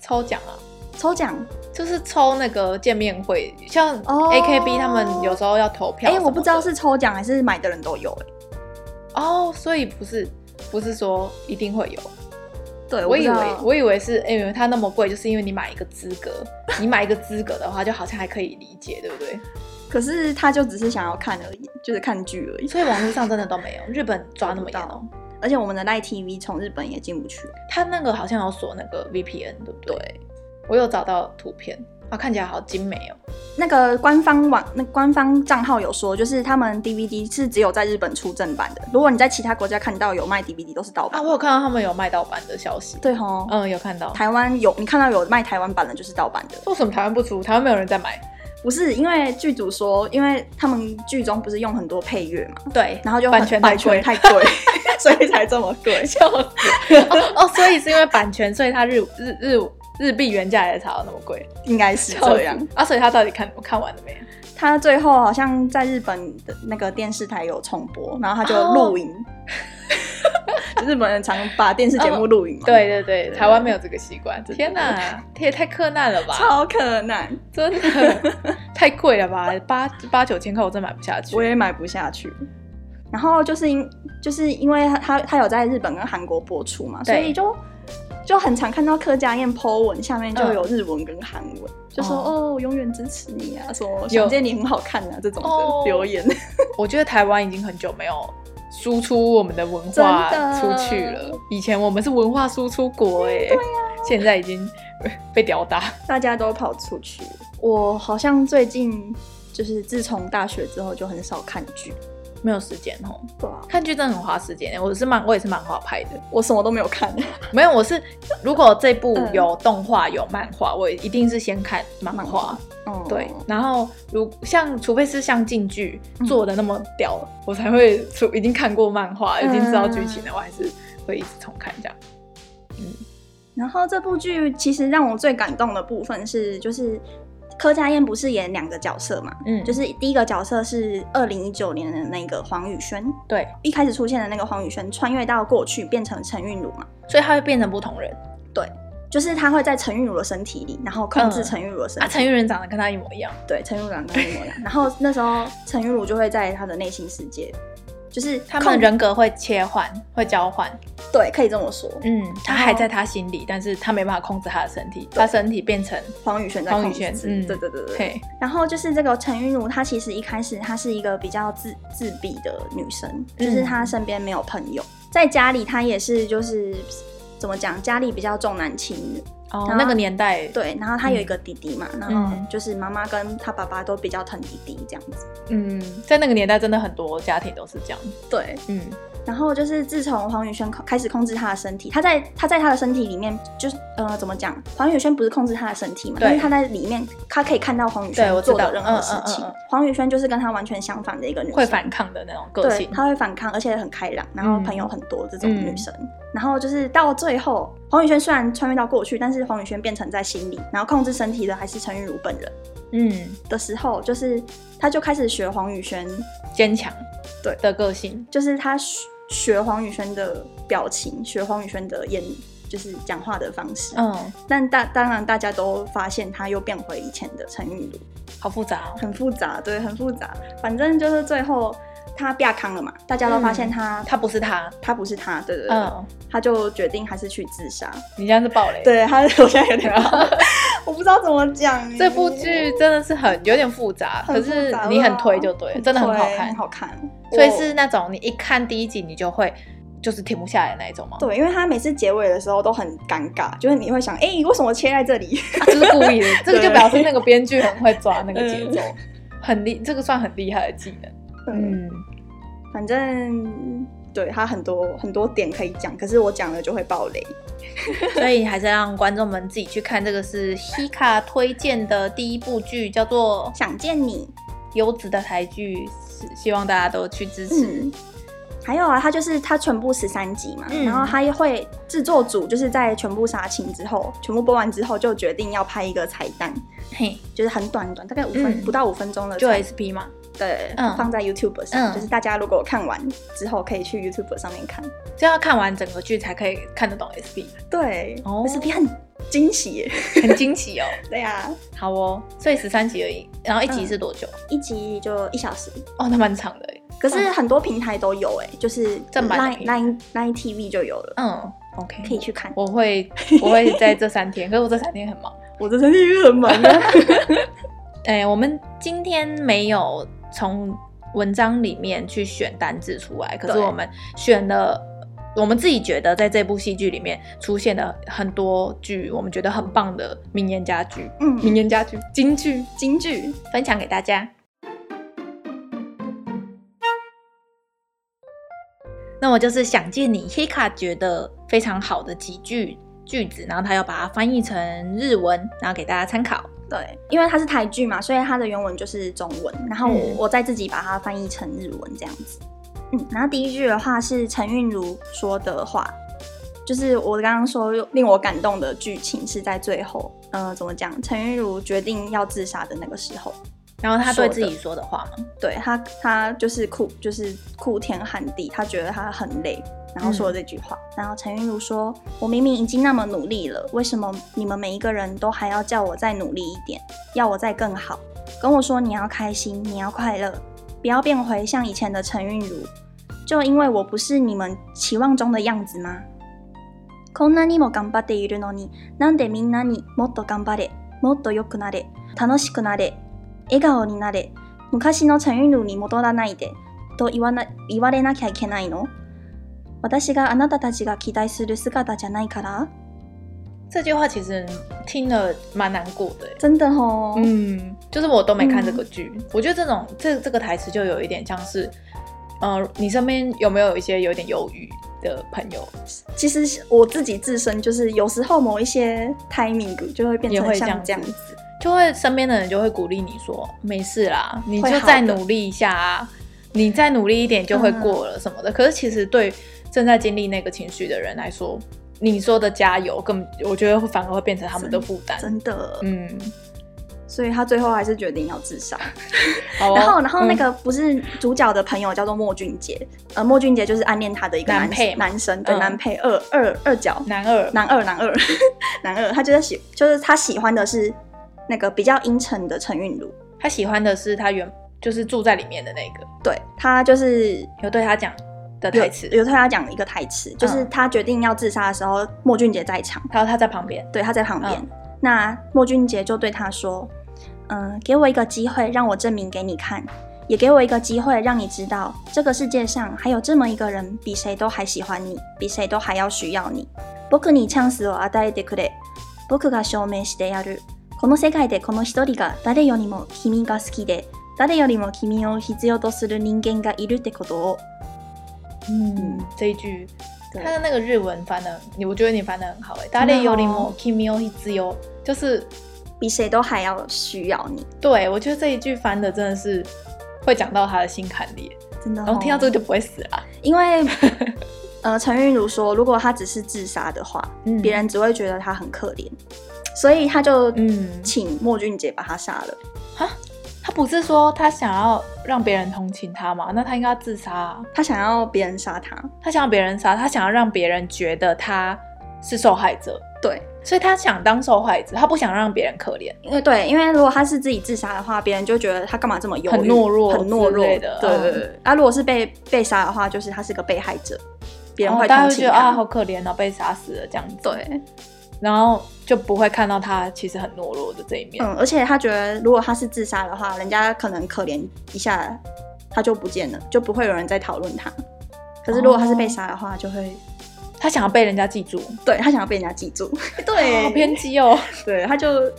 [SPEAKER 1] 抽奖啊，
[SPEAKER 2] 抽奖？
[SPEAKER 1] 就是抽那个见面会，像
[SPEAKER 2] 哦
[SPEAKER 1] AKB 他们有时候要投票
[SPEAKER 2] 哎、
[SPEAKER 1] 什么的。
[SPEAKER 2] 我不知道是抽奖还是买的人都有、哎，
[SPEAKER 1] 哦，所以不是不是说一定会有，
[SPEAKER 2] 对，啊
[SPEAKER 1] 我
[SPEAKER 2] 不
[SPEAKER 1] 以
[SPEAKER 2] 知道
[SPEAKER 1] 为我以为是因为它那么贵，就是因为你买一个资格，你买一个资格的话，就好像还可以理解，对不对？
[SPEAKER 2] 可是他就只是想要看而已，就是看剧 [LAUGHS] 而已。
[SPEAKER 1] 所以网络上真的都没有，日本抓那么严
[SPEAKER 2] 找
[SPEAKER 1] 哦
[SPEAKER 2] 不。而且我们的 Lite TV 从日本也进不去。
[SPEAKER 1] 他那个好像有锁那个 VPN，对不对？我有找到图片啊，看起来好精美哦。
[SPEAKER 2] 那个官方网那官方账号有说，就是他们 DVD 是只有在日本出正版的，如果你在其他国家看到有卖 DVD 都是盗
[SPEAKER 1] 啊，
[SPEAKER 2] 版。
[SPEAKER 1] 我有看到他们有卖盗版的消息。，
[SPEAKER 2] 对吼，
[SPEAKER 1] 嗯，有看到。
[SPEAKER 2] 台湾有你看到有卖台湾版的，就是盗版的。
[SPEAKER 1] 为什么台湾不出？台湾没有人在买。
[SPEAKER 2] 不是因为剧组说，因为他们剧中不是用很多配乐嘛，
[SPEAKER 1] 对，
[SPEAKER 2] 然后就很
[SPEAKER 1] 版权太
[SPEAKER 2] 版
[SPEAKER 1] 贵
[SPEAKER 2] 权。太贵， [LAUGHS] 所以才这么
[SPEAKER 1] [LAUGHS]
[SPEAKER 2] 贵。
[SPEAKER 1] 笑死！哦哦，所以是因为版权，所以它日日日日币原价也才要那么贵。
[SPEAKER 2] 应该是这样。
[SPEAKER 1] 啊，所以他到底看我看完了没有？
[SPEAKER 2] 他最后好像在日本的那个电视台有重播，然后他就录影。 [LAUGHS] 日本人常把电视节目录影嘛，
[SPEAKER 1] 哦嗯对，对对，台湾没有这个习惯。
[SPEAKER 2] 对对
[SPEAKER 1] 天哪，这也太克难了吧！
[SPEAKER 2] 超可难，
[SPEAKER 1] 真的太贵了吧，八八九千块我真买不下去
[SPEAKER 2] 我。也买不下去。然后就是因就是因为他他他有在日本跟韩国播出嘛，所
[SPEAKER 1] 对
[SPEAKER 2] 以就就很常看到客家宴 po 文下面就
[SPEAKER 3] 嗯
[SPEAKER 2] 有日文跟韩文，就说
[SPEAKER 3] 哦
[SPEAKER 2] 哦我永远支持你啊，说
[SPEAKER 1] 有
[SPEAKER 2] 想见你很好看啊这种
[SPEAKER 1] 哦
[SPEAKER 2] 的留言，
[SPEAKER 1] 我觉得台湾已经很久没有输出我们的文化
[SPEAKER 2] 真的
[SPEAKER 1] 出去了。以前我们是文化输出国哎、对呀、现在已经 [LAUGHS] 呃被吊打。
[SPEAKER 2] 大家都跑出去。我好像最近就是自从大学之后就很少看剧，
[SPEAKER 1] 没有时间哦，
[SPEAKER 2] 对啊，
[SPEAKER 1] 看剧真的很花时间、欸。我是漫，我也是漫画派的。
[SPEAKER 2] 我什么都没有看，
[SPEAKER 1] [LAUGHS] 没有，我是如果这部
[SPEAKER 2] 嗯
[SPEAKER 1] 有动画有漫画，我一定是先看漫
[SPEAKER 2] 漫
[SPEAKER 1] 画
[SPEAKER 2] 画。嗯，
[SPEAKER 1] 对，然后如像除非是像进剧
[SPEAKER 2] 嗯
[SPEAKER 1] 做的那么屌，我才会出已经看过漫画，已经知道
[SPEAKER 2] 嗯
[SPEAKER 1] 剧情了，我还是会一直重看这样。
[SPEAKER 2] 然后这部剧其实让我最感动的部分是，就是柯佳燕不是演两个角色嘛，
[SPEAKER 1] 嗯，
[SPEAKER 2] 就是是第一个角色是二零一九年的那个黄宇轩，
[SPEAKER 1] 对，
[SPEAKER 2] 一开始出现的那个黄宇轩穿越到过去变成陈韵如嘛，
[SPEAKER 1] 所以他会变成不同人
[SPEAKER 2] 就是他会在陈韵如的身体里，然后控制
[SPEAKER 1] 嗯
[SPEAKER 2] 陈韵如的身
[SPEAKER 1] 啊。
[SPEAKER 2] 体，
[SPEAKER 1] 陈玉仁长得跟他一模一样，
[SPEAKER 2] 对，陈韵如长得一模一样。然后那时候陈韵如就会在他的内心世界，就是
[SPEAKER 1] 他
[SPEAKER 2] 控
[SPEAKER 1] 们人格会切换，会交换。
[SPEAKER 2] 对，可以这么说，
[SPEAKER 1] 嗯，他还在他心里，但是他没办法控制他的身体，他身体变成
[SPEAKER 2] 黄宇轩在
[SPEAKER 1] 黄宇
[SPEAKER 2] 控制
[SPEAKER 1] 轩
[SPEAKER 2] 自己，
[SPEAKER 1] 嗯
[SPEAKER 2] 对对对对对。
[SPEAKER 1] 嘿，
[SPEAKER 2] 然后就是这个陈韵如，她其实一开始她是一个比较自自闭的女生，就是
[SPEAKER 1] 嗯
[SPEAKER 2] 她身边没有朋友，在家里她也是就是怎么讲，家里比较重男轻女，
[SPEAKER 1] 哦
[SPEAKER 2] 然后，
[SPEAKER 1] 那个年代，
[SPEAKER 2] 对。然后她有一个弟弟嘛，然后
[SPEAKER 1] 嗯
[SPEAKER 2] 就是妈妈跟她爸爸都比较疼弟弟这样子，
[SPEAKER 1] 嗯，在那个年代真的很多家庭都是这样，
[SPEAKER 2] 对。
[SPEAKER 1] 嗯，
[SPEAKER 2] 然后就是自从黄宇轩控开始控制她的身体，她在她在她的身体里面就是呃怎么讲，黄宇轩不是控制她的身体嘛，
[SPEAKER 1] 对
[SPEAKER 2] 但是她在里面她可以看到黄宇
[SPEAKER 1] 对
[SPEAKER 2] 轩
[SPEAKER 1] 我知
[SPEAKER 2] 做
[SPEAKER 1] 道
[SPEAKER 2] 的任何
[SPEAKER 1] 嗯
[SPEAKER 2] 事
[SPEAKER 1] 嗯
[SPEAKER 2] 情，
[SPEAKER 1] 嗯嗯
[SPEAKER 2] 黄宇轩就是跟她完全相反的一个女生，
[SPEAKER 1] 会反抗的那种个
[SPEAKER 2] 对，
[SPEAKER 1] 性，
[SPEAKER 2] 她会反抗，而且很开朗，然后朋友很多这种女生。
[SPEAKER 1] 嗯
[SPEAKER 2] 然后就是到最后，黄宇轩虽然穿越到过去，但是黄宇轩变成在心里，然后控制身体的还是陈韵如本人
[SPEAKER 1] 嗯，
[SPEAKER 2] 的时候，就是她就开始学黄宇轩，
[SPEAKER 1] 坚强，
[SPEAKER 2] 对
[SPEAKER 1] 的个性，
[SPEAKER 2] 就是她学学黄宇轩的表情，学黄宇轩的演，就是讲话的方式。
[SPEAKER 1] 嗯，
[SPEAKER 2] 但大当然大家都发现她又变回以前的陈韵如，
[SPEAKER 1] 好复杂哦。
[SPEAKER 2] 很复杂，对，很复杂。反正就是最后她变康了嘛，大家都发现她、
[SPEAKER 1] 他不是他，
[SPEAKER 2] 她不是她，对对对。
[SPEAKER 1] 嗯，
[SPEAKER 2] 他就决定还是去自杀。
[SPEAKER 1] 你这样是暴雷。，
[SPEAKER 2] 对他， [LAUGHS] 我现在有点怕，我不知道怎么讲欸。
[SPEAKER 1] 这部剧真的是很有点复杂，
[SPEAKER 2] 很
[SPEAKER 1] 可
[SPEAKER 2] 复
[SPEAKER 1] 是
[SPEAKER 2] 杂
[SPEAKER 1] 你很推就对了，真的很好
[SPEAKER 2] 对很
[SPEAKER 1] 看，
[SPEAKER 2] 好看。
[SPEAKER 1] 所以
[SPEAKER 2] 我
[SPEAKER 1] 是那种你一看第一集你就会就是停不下来的那一种吗？
[SPEAKER 2] 对，因为他每次结尾的时候都很尴尬，就是你会想，哎、为什么切在这里？ [LAUGHS]
[SPEAKER 1] 啊就是故意的，这个就
[SPEAKER 2] 对
[SPEAKER 1] 表示那个编剧很会抓那个节奏，很厉，这个算很厉害的技能。
[SPEAKER 2] 嗯，
[SPEAKER 1] 嗯，
[SPEAKER 2] 反正对他很多很多点可以讲，可是我讲了就会爆雷。
[SPEAKER 3] 所以还是让观众们自己去看。这个是 Hika 推荐的第一部剧，叫做《
[SPEAKER 2] 想见你，
[SPEAKER 3] 优质的台剧》，是希望大家都去支持。
[SPEAKER 2] 嗯。还有啊，他就是他全部十三集嘛，
[SPEAKER 3] 嗯
[SPEAKER 2] 然后他也会制作组就是在全部杀青之后，全部播完之后就决定要拍一个彩蛋，
[SPEAKER 3] 嘿，
[SPEAKER 2] 就是很短短，大概五分、
[SPEAKER 3] 嗯
[SPEAKER 2] 不到五分钟的
[SPEAKER 3] 就
[SPEAKER 2] 彩
[SPEAKER 3] SP 嘛，
[SPEAKER 2] 对，
[SPEAKER 3] 嗯
[SPEAKER 2] 放在 YouTube 上，
[SPEAKER 3] 嗯
[SPEAKER 2] 就是大家如果看完之后可以去 YouTube 上面看。
[SPEAKER 1] 就要看完整个剧才可以看得懂 SP，
[SPEAKER 2] 对
[SPEAKER 3] 哦
[SPEAKER 2] s p 很惊喜耶。
[SPEAKER 1] 很惊奇哦。
[SPEAKER 2] 对啊，
[SPEAKER 1] 好哦，所以十三集而已，然后一集
[SPEAKER 2] 嗯
[SPEAKER 1] 是多久？
[SPEAKER 2] 一集就一小时，
[SPEAKER 1] 哦，那蛮长的耶。
[SPEAKER 2] 可是很多平台都有哎，就是
[SPEAKER 1] 正版的
[SPEAKER 2] Line
[SPEAKER 1] 平台
[SPEAKER 2] Line Line TV 就有了，
[SPEAKER 1] 嗯，OK，
[SPEAKER 2] 可以去看。
[SPEAKER 1] 我会我会在这三天，可是我这三天很忙。
[SPEAKER 2] [LAUGHS] 我的身体很忙啊。
[SPEAKER 1] 哎、我们今天没有从文章里面去选单字出来，可是
[SPEAKER 2] 对
[SPEAKER 1] 我们选了我们自己觉得在这部戏剧里面出现了很多句我们觉得很棒的名言佳句、名
[SPEAKER 2] [LAUGHS] 嗯，
[SPEAKER 1] 言佳句、金句，
[SPEAKER 2] 京剧
[SPEAKER 1] 分享给大家。那我就是想见你，Hika 觉得非常好的几句句子，然后他要把它翻译成日文，然后给大家参考。
[SPEAKER 2] 对，因为它是台剧嘛，所以它的原文就是中文，然后我、
[SPEAKER 1] 嗯
[SPEAKER 2] 我再自己把它翻译成日文这样子。嗯，然后第一句的话是陈韵如说的话，就是我刚刚说令我感动的剧情是在最后，呃，怎么讲？陈韵如决定要自杀的那个时候，
[SPEAKER 1] 然后他对
[SPEAKER 2] 说的
[SPEAKER 1] 自己说的话嘛，
[SPEAKER 2] 对她，她就是哭，就是哭天喊地，她觉得她很累，然后说了这句话。然后陈韵如说：“我明明已经那么努力了，为什么你们每一个人都还要叫我再努力一点，要我再更好？跟我说你要开心，你要快乐，不要变回像以前的陈韵如，就因为我不是你们期望中的样子吗？”こんなにも頑張っているのになんでみんなにもっと頑張れもっと良くなれ楽しくなれ笑顔になれ昔の陳韵如に戻らないでと言わな言われなきゃいけないの私があなたたちが期待する姿じゃないから
[SPEAKER 1] 这句话其实听了蛮难过的耶。
[SPEAKER 2] 真的哦。
[SPEAKER 1] 嗯，就是我都没看这个剧，我觉得这种这这个台词就有一点像是，呃，你身边有没有一些有点忧郁的朋友
[SPEAKER 2] 其实是我自己自身就是有时候某一些 timing 就会变
[SPEAKER 1] 也
[SPEAKER 2] 成
[SPEAKER 1] 会这
[SPEAKER 2] 像
[SPEAKER 1] 样
[SPEAKER 2] 这样
[SPEAKER 1] 子
[SPEAKER 2] 子，
[SPEAKER 1] 就会身边的人就会鼓励你说没事啦，你
[SPEAKER 2] 会
[SPEAKER 1] 就
[SPEAKER 2] 好
[SPEAKER 1] 再
[SPEAKER 2] 的
[SPEAKER 1] 努力一下啊，你再努力一点就会过
[SPEAKER 2] 嗯
[SPEAKER 1] 了什么的。可是其实对正在经历那个情绪的人来说，你说的加油，更我觉得会反而会变成他们的负担。
[SPEAKER 2] 真的。
[SPEAKER 1] 嗯，
[SPEAKER 2] 所以他最后还是决定要自杀。
[SPEAKER 1] 好、哦，
[SPEAKER 2] 然后，然后那
[SPEAKER 1] 嗯
[SPEAKER 2] 个不是主角的朋友叫做莫俊杰，呃，莫俊杰就是暗恋他的一个男
[SPEAKER 1] 男配嘛
[SPEAKER 2] 男生，对，
[SPEAKER 1] 嗯
[SPEAKER 2] 男配二二二角，
[SPEAKER 1] 男二，
[SPEAKER 2] 男二男二 [LAUGHS] 男二，他就是喜就是他喜欢的是那个比较阴沉的陈韵如，
[SPEAKER 1] 他喜欢的是他原就是住在里面的那个，
[SPEAKER 2] 对他就是
[SPEAKER 1] 有对他讲的
[SPEAKER 2] 有
[SPEAKER 1] 台词，
[SPEAKER 2] 有对他讲一个台词，就是
[SPEAKER 1] 嗯
[SPEAKER 2] 他决定要自杀的时候，莫俊杰在场，
[SPEAKER 1] 还有他在旁边，
[SPEAKER 2] 对，他在旁边。
[SPEAKER 1] 嗯
[SPEAKER 2] 那莫俊杰就对他说：“嗯，给我一个机会，让我证明给你看，也给我一个机会，让你知道这个世界上还有这么一个人，比谁都还喜欢你，比谁都还要需要你。僕にチャンスを与えてくれ。僕が証明してやる。この世界でこの一人が誰よりも君が好きで、誰よりも君を必要とする人間がいるってことを。
[SPEAKER 1] 嗯，这一句。
[SPEAKER 2] 对
[SPEAKER 1] 他的那个日文翻的，你我觉得你翻的很好哎、欸。大内有里莫 kimi o h 就是
[SPEAKER 2] 比谁都还要需要你，
[SPEAKER 1] 对我觉得这一句翻的真的是会讲到他的心坎里欸，
[SPEAKER 2] 真的、哦。
[SPEAKER 1] 然后听到这个就不会死啊了。
[SPEAKER 2] 因为 [LAUGHS] 呃，陈韵如说，如果她只是自杀的话，
[SPEAKER 1] 嗯
[SPEAKER 2] 别人只会觉得她很可怜，所以她就
[SPEAKER 1] 嗯
[SPEAKER 2] 请莫俊杰把她杀了。
[SPEAKER 1] 他不是说他想要让别人同情他吗？那他应该要自杀、啊，
[SPEAKER 2] 她想要别人杀她，
[SPEAKER 1] 他想要别人杀，他想要让别人觉得他是受害者，
[SPEAKER 2] 对，
[SPEAKER 1] 所以他想当受害者，他不想让别人可怜。
[SPEAKER 2] 因为对，因为如果她是自己自杀的话，别人就觉得她干嘛这么忧郁
[SPEAKER 1] 很懦弱
[SPEAKER 2] 很懦弱
[SPEAKER 1] 之类的
[SPEAKER 2] 对对
[SPEAKER 1] 嗯
[SPEAKER 2] 对。啊，如果是被被杀的话，就是她是个被害者，别
[SPEAKER 1] 然
[SPEAKER 2] 人
[SPEAKER 1] 后
[SPEAKER 2] 会
[SPEAKER 1] 大家
[SPEAKER 2] 同
[SPEAKER 1] 会觉
[SPEAKER 2] 情
[SPEAKER 1] 得啊，
[SPEAKER 2] 她
[SPEAKER 1] 好。可怜哦，被杀死了这样子。，
[SPEAKER 2] 对，
[SPEAKER 1] 然后就不会看到他其实很懦弱的这一面。
[SPEAKER 2] 嗯，而且她觉得如果她是自杀的话，人家可能可怜一下，她就不见了，就不会有人再讨论她。可是如果她是被
[SPEAKER 1] 哦
[SPEAKER 2] 杀的话，就会
[SPEAKER 1] 他想要被人家记住，
[SPEAKER 2] 对他想要被人家记住， [LAUGHS]
[SPEAKER 1] 好偏激哦。
[SPEAKER 2] 对，他就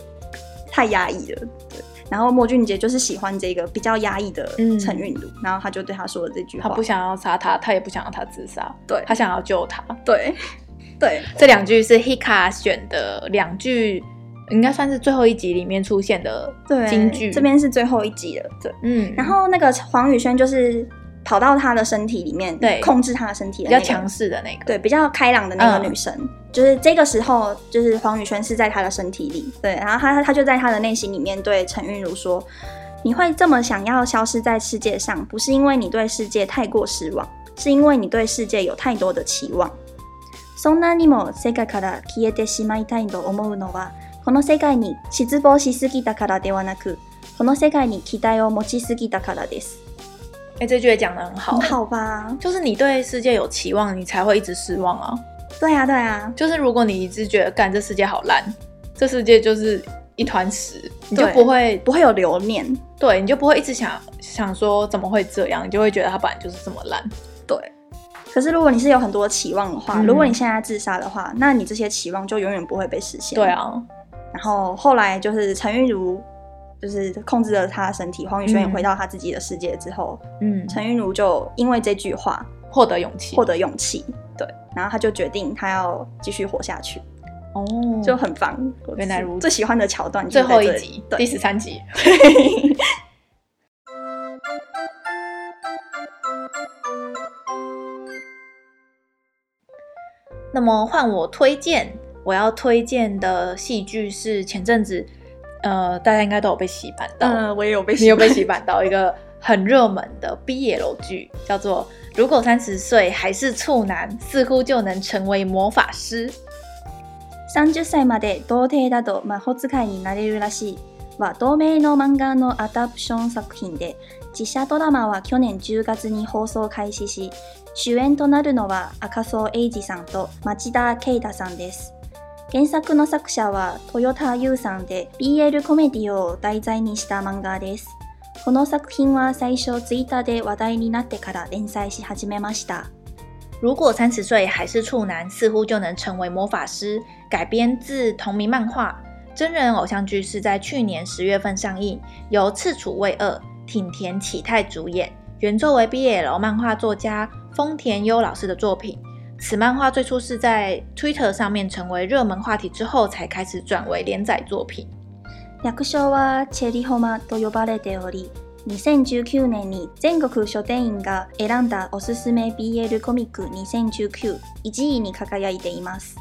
[SPEAKER 2] 太压抑了，对。然后莫俊杰就是喜欢这个比较压抑的
[SPEAKER 1] 嗯
[SPEAKER 2] 陈韵如，然后他就对他说了这句
[SPEAKER 1] 他
[SPEAKER 2] 话，
[SPEAKER 1] 不想要杀他，他也不想要他自杀，
[SPEAKER 2] 对
[SPEAKER 1] 他想要救他。
[SPEAKER 2] 对
[SPEAKER 1] [LAUGHS]
[SPEAKER 2] 对，
[SPEAKER 1] 这两句是 Hika 选的两句，应该算是最后一集里面出现的
[SPEAKER 2] 对
[SPEAKER 1] 金句。
[SPEAKER 2] 这，边是最后一集了，对。
[SPEAKER 1] 嗯，
[SPEAKER 2] 然后那个黄宇轩就是跑到他的身体里面，
[SPEAKER 1] 对
[SPEAKER 2] 控制他的身体
[SPEAKER 1] 比
[SPEAKER 2] 的、
[SPEAKER 1] 较
[SPEAKER 2] 那个，
[SPEAKER 1] 强势的那个，
[SPEAKER 2] 对，比较开朗的那个
[SPEAKER 1] 嗯
[SPEAKER 2] 女生，就是这个时候，就是黄宇轩是在她的身体里，对，然后她她就在她的内心里面对陈韵如说：“你会这么想要消失在世界上，不是因为你对世界太过失望，是因为你对世界有太多的期望。”そんなにも世界から消えてしまいたいと思うのは、この世界に失望しすぎたからではなく、この世界に期待を持ちすぎたからです。
[SPEAKER 1] 哎、这句也讲的很好
[SPEAKER 2] 很。好吧？
[SPEAKER 1] 就是你对世界有期望，你才会一直失望啊。
[SPEAKER 2] 对啊，对啊，
[SPEAKER 1] 就是如果你一直觉得，干这世界好烂，这世界就是一团屎，你就
[SPEAKER 2] 对
[SPEAKER 1] 不会
[SPEAKER 2] 不会有留念。
[SPEAKER 1] 对，你就不会一直想想说怎么会这样，你就会觉得它本来就是这么烂。
[SPEAKER 2] 对。可是如果你是有很多期望的话，
[SPEAKER 1] 嗯
[SPEAKER 2] 如果你现在自杀的话，那你这些期望就永远不会被实现。
[SPEAKER 1] 对。啊，
[SPEAKER 2] 然后后来就是陈韵如，就是控制了她的身体，黄宇轩也
[SPEAKER 1] 嗯
[SPEAKER 2] 回到她自己的世界之后，
[SPEAKER 1] 嗯，
[SPEAKER 2] 陈韵如就因为这句话
[SPEAKER 1] 获得勇气，
[SPEAKER 2] 获得勇气。对，然后她就决定她要继续活下去，
[SPEAKER 1] 哦，
[SPEAKER 2] 就很棒。我
[SPEAKER 1] 原来如此
[SPEAKER 2] 最喜欢的桥段
[SPEAKER 1] 最
[SPEAKER 2] 就是在
[SPEAKER 1] 后
[SPEAKER 2] 这里，
[SPEAKER 1] 一集，
[SPEAKER 2] 对
[SPEAKER 1] 第十三集。 [LAUGHS] 那么换我推荐，我要推荐的戏剧是前阵子，呃，大家应该都有被洗版到，
[SPEAKER 2] 呃，我也有被
[SPEAKER 1] 你有被
[SPEAKER 2] 喜
[SPEAKER 1] 洗版到一个很热门的 BL 剧，叫做《如果三十岁还是处男，似乎就能成为魔法师》。
[SPEAKER 2] 欢。三十歳まで童貞だと魔法使いになれるらしい。は同名の漫画のアダプション作品で、実写ドラマは去年10月に放送開始し、主演となるのは赤楚衛二さんと町田啓太さんです。原作の作者は豊田優さんで BL コメディを題材にした漫画です。この作品は最初ツイッターで話題になってから連載し始めました。
[SPEAKER 3] 如果三十岁还是处男，似乎就能成为魔法师。改编自同名漫画真人偶像剧，是在去年十月份上映，由赤楚卫二、挺田启太主演，原作为 BL 漫画作家丰田优老师的作品。此漫画最初是在 Twitter 上面成为热门话题之后，才开始转为连载作品。
[SPEAKER 2] 略称はチェリホマと呼ばれており、2019年に全国書店員が選んだおすすめ BL コミック2019 1位に輝いています。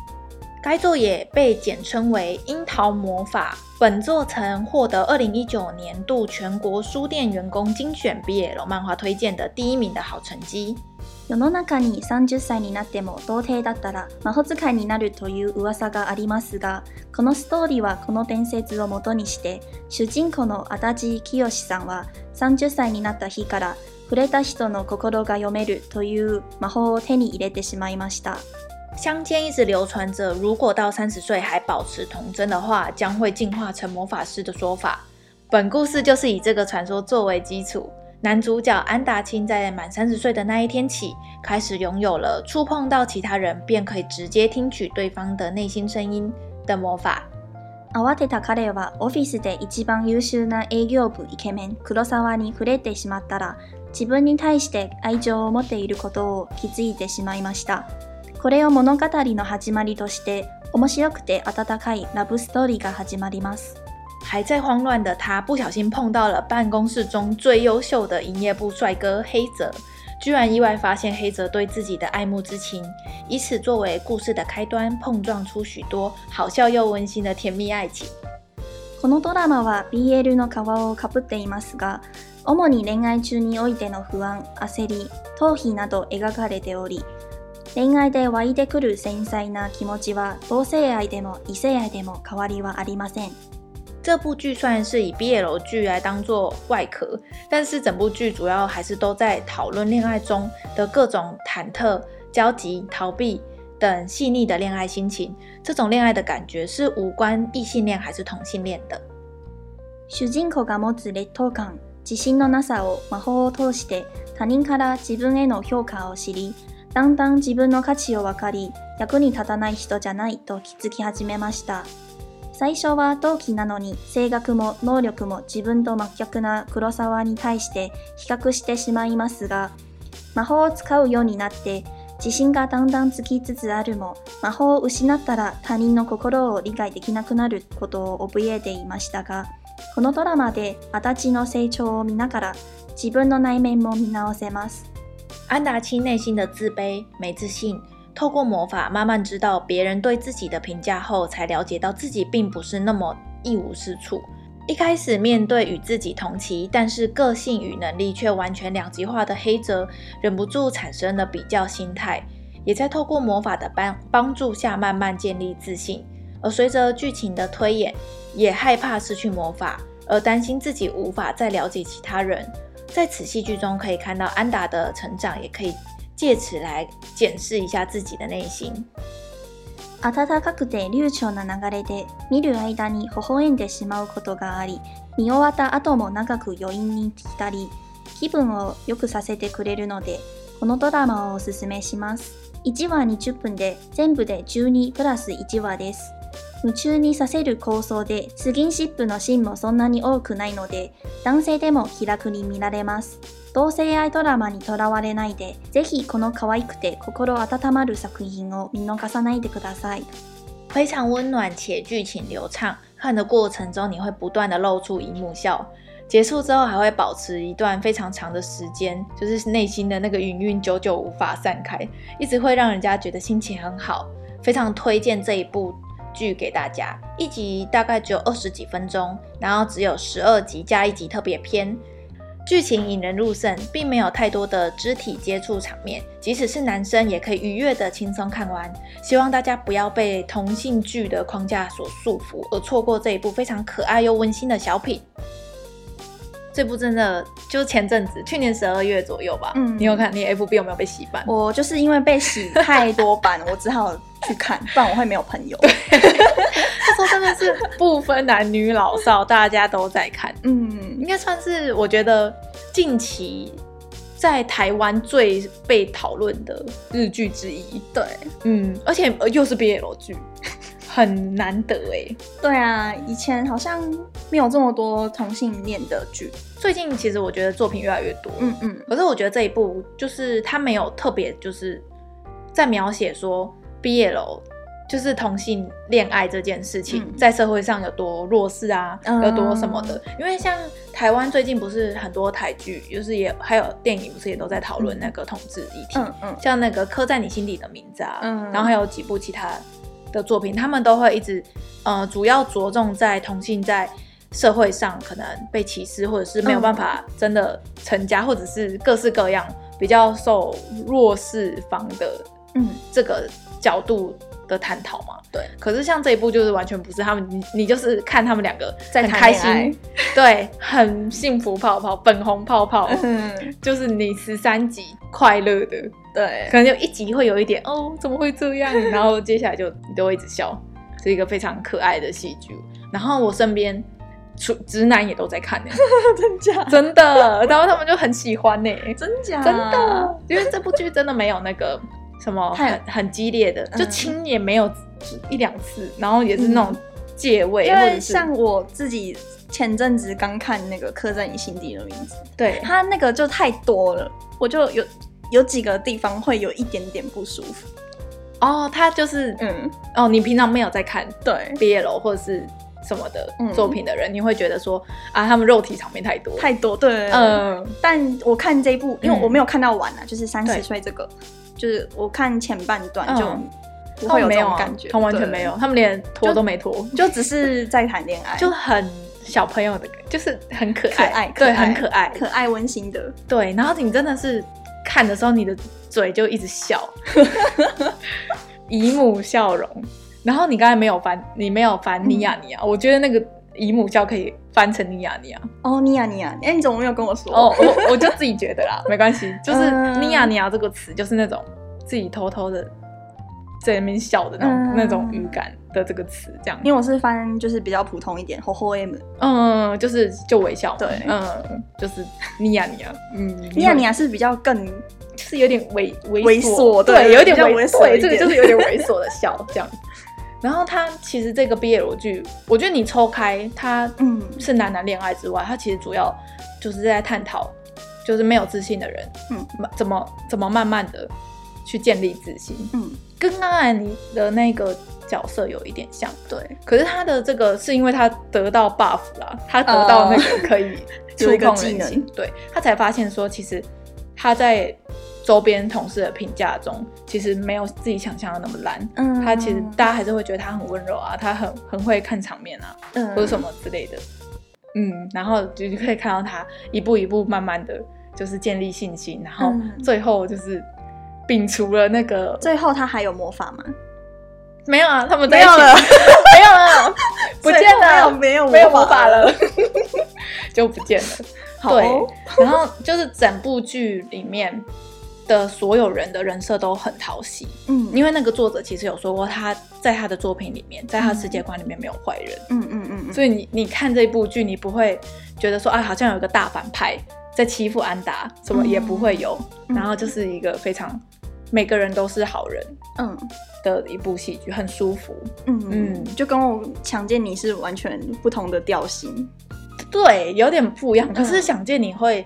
[SPEAKER 3] 该作也被简称为《樱桃魔法》。本作曾获得二零一九年度全国书店员工精选 BL 漫画推荐的第一名的好成绩。
[SPEAKER 2] 世の中に30歳になっても童貞だったら魔法使いになるという噂がありますがこのストーリーはこの伝説を元にして主人公の足立清さんは30歳になった日から触れた人の心が読めるという魔法を手に入れてしまいました
[SPEAKER 3] 乡间一直流传着，如果到三十岁还保持童真的话，将会进化成魔法师的说法。本故事就是以这个传说作为基础，男主角安达清在满三十岁的那一天起，开始拥有了触碰到其他人便可以直接听取对方的内心声音的魔法。
[SPEAKER 2] 慌てた彼はオフィスで一番優秀な営業部イケメン黒沢に触れてしまったら自分に対して愛情を持っていることを気づいてしまいましたこれを物語の始まりとして面白くて温かいラブストーリーが始まります
[SPEAKER 3] 还在慌乱的他，不小心碰到了办公室中最优秀的营业部帅哥黑泽，居然意外发现黑泽对自己的爱慕之情，以此作为故事的开端，碰撞出许多好笑又温馨的甜蜜爱情。
[SPEAKER 2] このドラマは BL の皮をかぶっていますが主に恋愛中においての不安焦り逃避など描かれており恋愛で湧いてくる繊細な気持ちは同性愛でも異性愛でも変わりはありません
[SPEAKER 3] 这部剧虽然是以 BL 剧来当做外壳，但是整部剧主要还是都在讨论恋爱中的各种忐忑、焦急、逃避等细腻的恋爱心情。这种恋爱的感觉是无关异性恋还是同性恋的。
[SPEAKER 2] 主人公が持つ劣等感自信のなさを魔法を通して他人から自分への評価を知りだんだん自分の価値を分かり役に立たない人じゃないと気づき始めました最初は同期なのに性格も能力も自分と真逆な黒沢に対して比較してしまいますが魔法を使うようになって自信がだんだんつきつつあるも魔法を失ったら他人の心を理解できなくなることを怯えていましたがこのドラマで足立の成長を見ながら自分の内面も見直せます
[SPEAKER 3] 安达清内心的自卑、没自信，透过魔法慢慢知道别人对自己的评价后，才了解到自己并不是那么一无是处。一开始面对与自己同期，但是个性与能力却完全两极化的黑泽，忍不住产生了比较心态，也在透过魔法的帮帮助下慢慢建立自信。而随着剧情的推演，也害怕失去魔法，而担心自己无法再了解其他人。在此戏剧中可以看到安达的成长，也可以借此来检视一下自己的内心。
[SPEAKER 2] 温かくて流暢な流れで見る間に微笑んでしまうことがあり見終わった後も長く余韻に浸り気分を良くさせてくれるのでこのドラマをおすすめします1話20分で全部で12プラス1話です夢中にさせる構想でスキンシップのシーンもそんなに多くないので男性でも気楽に見られます同性愛ドラマにとらわれないでぜひこの可愛くて心温まる作品を見逃さないでください
[SPEAKER 3] 非常温暖且剧情流畅，看的过程中你会不断的露出荧幕笑，结束之后还会保持一段非常长的时间，就是内心的那个云云久久无法散开，一直会让人家觉得心情很好，非常推荐这一部剧给大家。一集大概只有二十几分钟，然后只有十二集加一集特别篇。剧情引人入胜，并没有太多的肢体接触场面，即使是男生也可以愉悦的轻松看完。希望大家不要被同性剧的框架所束缚，而错过这一部非常可爱又温馨的小品。这部真的就前阵子，去年十二月左右吧，
[SPEAKER 2] 嗯
[SPEAKER 1] 你有看？你 FB 有没有被洗版？
[SPEAKER 2] 我就是因为被洗 [LAUGHS] 太多版，我只好去看，不然我会没有朋友。
[SPEAKER 1] 那时候真的是不分男女老少，大家都在看，
[SPEAKER 2] [LAUGHS] 嗯
[SPEAKER 1] 应该算是我觉得近期在台湾最被讨论的日剧之一。
[SPEAKER 2] 对，
[SPEAKER 1] 嗯，而且呃又是 BL 剧，很难得哎。
[SPEAKER 2] 对啊，以前好像没有这么多同性恋的剧。
[SPEAKER 1] 最近其实我觉得作品越来越多，
[SPEAKER 2] 嗯嗯
[SPEAKER 1] 可是我觉得这一部就是它没有特别就是在描写说 BL 就是同性恋爱这件事情、
[SPEAKER 2] 嗯
[SPEAKER 1] 在社会上有多弱势啊，
[SPEAKER 2] 嗯
[SPEAKER 1] 有多什么的。因为像台湾最近不是很多台剧，就是也还有电影不是也都在讨论那个同志议题，
[SPEAKER 2] 嗯嗯，
[SPEAKER 1] 像那个刻在你心底的名字啊，
[SPEAKER 2] 嗯
[SPEAKER 1] 然后还有几部其他的作品，他们都会一直呃，主要着重在同性在社会上可能被歧视，或者是没
[SPEAKER 2] 嗯
[SPEAKER 1] 有办法真的成家，或者是各式各样比较受弱势方的
[SPEAKER 2] 嗯
[SPEAKER 1] 这个角度的探讨嘛。
[SPEAKER 2] 对，
[SPEAKER 1] 可是像这一部就是完全不是他们，你你就是看他们两个
[SPEAKER 2] 在
[SPEAKER 1] 很
[SPEAKER 2] 谈
[SPEAKER 1] 开
[SPEAKER 2] 恋爱
[SPEAKER 1] 心，对，很幸福泡泡，粉红泡 [LAUGHS] 泡，
[SPEAKER 2] [LAUGHS] 嗯，
[SPEAKER 1] 就是你十三集快乐的。
[SPEAKER 2] 对
[SPEAKER 1] 可能就一集会有一点哦，怎么会这 [LAUGHS] 样？然后接下来就你都会一直笑，是一个非常可爱的戏剧。然后我身边除直男也都在看呢、
[SPEAKER 2] 真假
[SPEAKER 1] [LAUGHS] 真的，然后他们就很喜欢呢、
[SPEAKER 2] 真假
[SPEAKER 1] 真的，因为这部剧真的没有那个什么
[SPEAKER 2] 太
[SPEAKER 1] 很很激烈的，
[SPEAKER 2] 嗯
[SPEAKER 1] 就亲也没有一两次，然后也是那种借位，
[SPEAKER 2] 因
[SPEAKER 1] 或者
[SPEAKER 2] 为
[SPEAKER 1] 是
[SPEAKER 2] 像我自己前阵子刚看那个《刻在你心底的名字》，
[SPEAKER 1] 对
[SPEAKER 2] 它那个就太多了，我就有有几个地方会有一点点不舒服。
[SPEAKER 1] 哦，他就是、
[SPEAKER 2] 嗯，
[SPEAKER 1] 哦，你平常没有在看
[SPEAKER 2] 对，
[SPEAKER 1] BL 或者是什么的
[SPEAKER 2] 嗯
[SPEAKER 1] 作品的人，你会觉得说啊，他们肉体场面太多了，
[SPEAKER 2] 太多对，嗯。
[SPEAKER 1] 嗯
[SPEAKER 2] 但我看这一部，因为
[SPEAKER 1] 嗯
[SPEAKER 2] 我没有看到完啊，就是三
[SPEAKER 1] 对
[SPEAKER 2] 十岁这个，就是我看前半段
[SPEAKER 1] 嗯
[SPEAKER 2] 就不
[SPEAKER 1] 他们
[SPEAKER 2] 会有
[SPEAKER 1] 没
[SPEAKER 2] 这
[SPEAKER 1] 有
[SPEAKER 2] 种
[SPEAKER 1] 啊
[SPEAKER 2] 感觉，
[SPEAKER 1] 他完全
[SPEAKER 2] 对
[SPEAKER 1] 没有，，他们连拖都没拖，
[SPEAKER 2] 就只是在谈恋爱，
[SPEAKER 1] 就很小朋友的，就是很可
[SPEAKER 2] 可
[SPEAKER 1] 爱，
[SPEAKER 2] 爱，
[SPEAKER 1] 对，很可爱，
[SPEAKER 2] 可爱温馨的。
[SPEAKER 1] 对。然后你真的是看的时候，你的嘴就一直笑， [LAUGHS] 姨母笑容。然后你刚才没有翻，你没有
[SPEAKER 2] 嗯
[SPEAKER 1] 翻尼亚尼亚，我觉得那个姨母笑可以翻成尼亚尼
[SPEAKER 2] [LAUGHS]
[SPEAKER 1] 亚。
[SPEAKER 2] 哦，尼亚尼亚，哎，你怎么没有跟我说？
[SPEAKER 1] 啊哦，我我就自己觉得啦，没关系，就是
[SPEAKER 2] 嗯
[SPEAKER 1] 尼亚尼亚这个词，就是那种自己偷偷的在那边笑的那种、
[SPEAKER 2] 嗯
[SPEAKER 1] 那种语感的这个词，这样。
[SPEAKER 2] 因为我是翻就是比较普通一点，吼吼 M。
[SPEAKER 1] 嗯，就是就微笑嘛，
[SPEAKER 2] 对
[SPEAKER 1] 嗯，就是尼亚尼亚，嗯，
[SPEAKER 2] 尼亚尼亚啊是比较更
[SPEAKER 1] 就是有点猥猥
[SPEAKER 2] 猥琐对
[SPEAKER 1] 对，有
[SPEAKER 2] 比
[SPEAKER 1] 点
[SPEAKER 2] 较猥琐
[SPEAKER 1] 对，
[SPEAKER 2] 一
[SPEAKER 1] 这个
[SPEAKER 2] 点
[SPEAKER 1] 就是有点猥琐的笑这样。然后他其实这个 BL 剧，我觉得你抽开他，
[SPEAKER 2] 嗯
[SPEAKER 1] 是男男恋爱之外，他其实主要就是在探讨，就是没有自信的人，
[SPEAKER 2] 嗯，
[SPEAKER 1] 怎么怎么慢慢的去建立自信，
[SPEAKER 2] 嗯
[SPEAKER 1] 跟刚才你的那个角色有一点像，
[SPEAKER 2] 对，
[SPEAKER 1] 可是他的这个是因为他得到 buff 啦，他得到那个可
[SPEAKER 2] [LAUGHS]
[SPEAKER 1] 以
[SPEAKER 2] 有哦
[SPEAKER 1] 触
[SPEAKER 2] 一个
[SPEAKER 1] 碰
[SPEAKER 2] 技
[SPEAKER 1] 人
[SPEAKER 2] 能
[SPEAKER 1] 心，对他才发现说，其实他在周边同事的评价中，其实没有自己想象的那么烂。
[SPEAKER 2] 嗯
[SPEAKER 1] 他其实大家还是会觉得他很温柔啊，他很很会看场面啊，
[SPEAKER 2] 嗯
[SPEAKER 1] 或者什么之类的。嗯，然后就就可以看到他一步一步慢慢的就是建立信心，然后
[SPEAKER 2] 嗯
[SPEAKER 1] 最后就是摒除了那个
[SPEAKER 2] 最后他还有魔法吗？
[SPEAKER 1] 没有啊，他们在
[SPEAKER 2] 没
[SPEAKER 1] 一起
[SPEAKER 2] 有了，
[SPEAKER 1] [LAUGHS] 没有了，不见了，
[SPEAKER 2] 没有
[SPEAKER 1] 没有魔
[SPEAKER 2] 魔
[SPEAKER 1] 法。了， [LAUGHS] 就不见了。
[SPEAKER 2] 好哦
[SPEAKER 1] 对，然后就是整部剧里面的所有人的人设都很讨喜，
[SPEAKER 2] 嗯，
[SPEAKER 1] 因为那个作者其实有说过，他在他的作品里面，在他世界观里面没有坏人，
[SPEAKER 2] 嗯嗯嗯嗯，
[SPEAKER 1] 所以你你看这部剧，你不会觉得说啊，好像有一个大反派在欺负安达，什么
[SPEAKER 2] 嗯
[SPEAKER 1] 也不会有，
[SPEAKER 2] 嗯
[SPEAKER 1] 然后就是一个非常每个人都是好人
[SPEAKER 2] 嗯
[SPEAKER 1] 的一部戏剧，很舒服。
[SPEAKER 2] 嗯嗯，
[SPEAKER 1] 嗯
[SPEAKER 2] 就跟我强奸你是完全不同的调性。
[SPEAKER 1] 对，有点不一样。可是
[SPEAKER 2] 嗯
[SPEAKER 1] 想见你会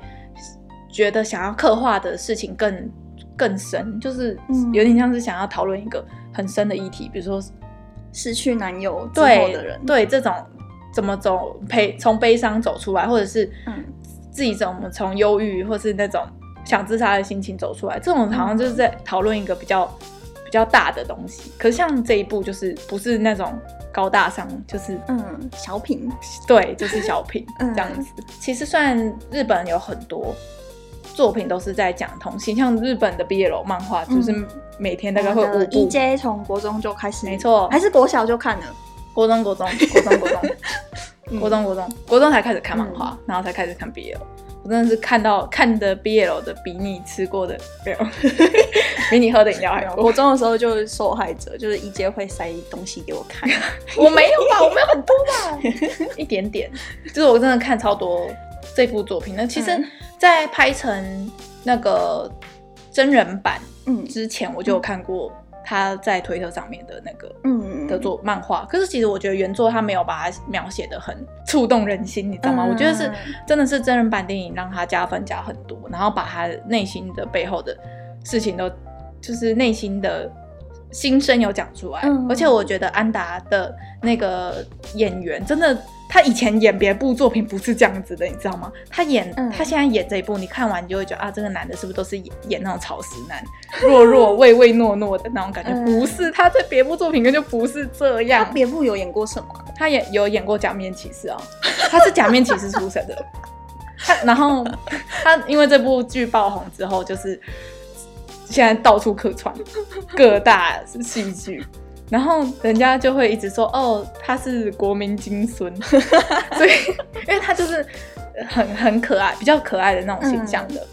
[SPEAKER 1] 觉得想要刻画的事情更更深，就是
[SPEAKER 2] 嗯
[SPEAKER 1] 有点像是想要讨论一个很深的议题，比如说
[SPEAKER 2] 失去男友之后
[SPEAKER 1] 对
[SPEAKER 2] 的人，，
[SPEAKER 1] 对这种怎么走悲从悲伤走出来，或者是
[SPEAKER 2] 嗯
[SPEAKER 1] 自己怎么从忧郁或是那种想自杀的心情走出来，这种好像就是在讨论一个比较比较大的东西。可是像这一部就是不是那种高大上，就是
[SPEAKER 2] 嗯，小品，
[SPEAKER 1] 对，就是小品
[SPEAKER 2] 嗯
[SPEAKER 1] 这样子。其实虽然日本有很多作品都是在讲同性，像日本的 BL 漫画，就是每天大概会
[SPEAKER 2] 嗯我
[SPEAKER 1] 五
[SPEAKER 2] 的
[SPEAKER 1] 部。
[SPEAKER 2] EJ 从国中就开始，
[SPEAKER 1] 没错
[SPEAKER 2] 还是国小就看
[SPEAKER 1] [LAUGHS]
[SPEAKER 2] 了，
[SPEAKER 1] 国中
[SPEAKER 2] [LAUGHS]
[SPEAKER 1] 国中国中国中
[SPEAKER 2] 嗯
[SPEAKER 1] 国中国中国中才开始看漫画，然后才开始看 BL。我真的是看到看的 BL 的比你吃过的 BL，比你喝的饮料还多。
[SPEAKER 2] 国中的时候就是受害者，就是 EJ 会塞东西给我
[SPEAKER 1] [LAUGHS]
[SPEAKER 2] 看，
[SPEAKER 1] 我没有 [LAUGHS] 吧，我没有很多吧， [LAUGHS] 一点点。就是我真的看超多这部作品。那其实
[SPEAKER 2] 嗯，
[SPEAKER 1] 在拍成那个真人版
[SPEAKER 2] 嗯
[SPEAKER 1] 之前，我就有看过他在推特上面的那个
[SPEAKER 2] 嗯
[SPEAKER 1] 的作漫画。可是其实我觉得原作他没有把它描写的很触动人心，你知道吗？
[SPEAKER 2] 嗯
[SPEAKER 1] 我觉得是真的是真人版电影让他加分加很多，然后把他内心的背后的事情都就是内心的。心声有讲出来，
[SPEAKER 2] 嗯
[SPEAKER 1] 而且我觉得安达的那个演员真的，他以前演别部作品不是这样子的，你知道吗？他演、
[SPEAKER 2] 嗯
[SPEAKER 1] 他现在演这一部，你看完你就会觉得啊，这个男的是不是都是演演那种草食男，弱弱唯唯诺诺的那种感觉？
[SPEAKER 2] 嗯
[SPEAKER 1] 不是，他在别部作品根本就不是这
[SPEAKER 2] 他
[SPEAKER 1] 样。
[SPEAKER 2] 别部有演过什么？
[SPEAKER 1] 他也有演过假面骑士哦， [LAUGHS] 他是假面骑士出身的。他然后他因为这部剧爆红之后，就是现在到处客串各大戏剧，然后人家就会一直说哦，他是国民金孙，所以因为他就是很很可爱，比较可爱的那种形象的。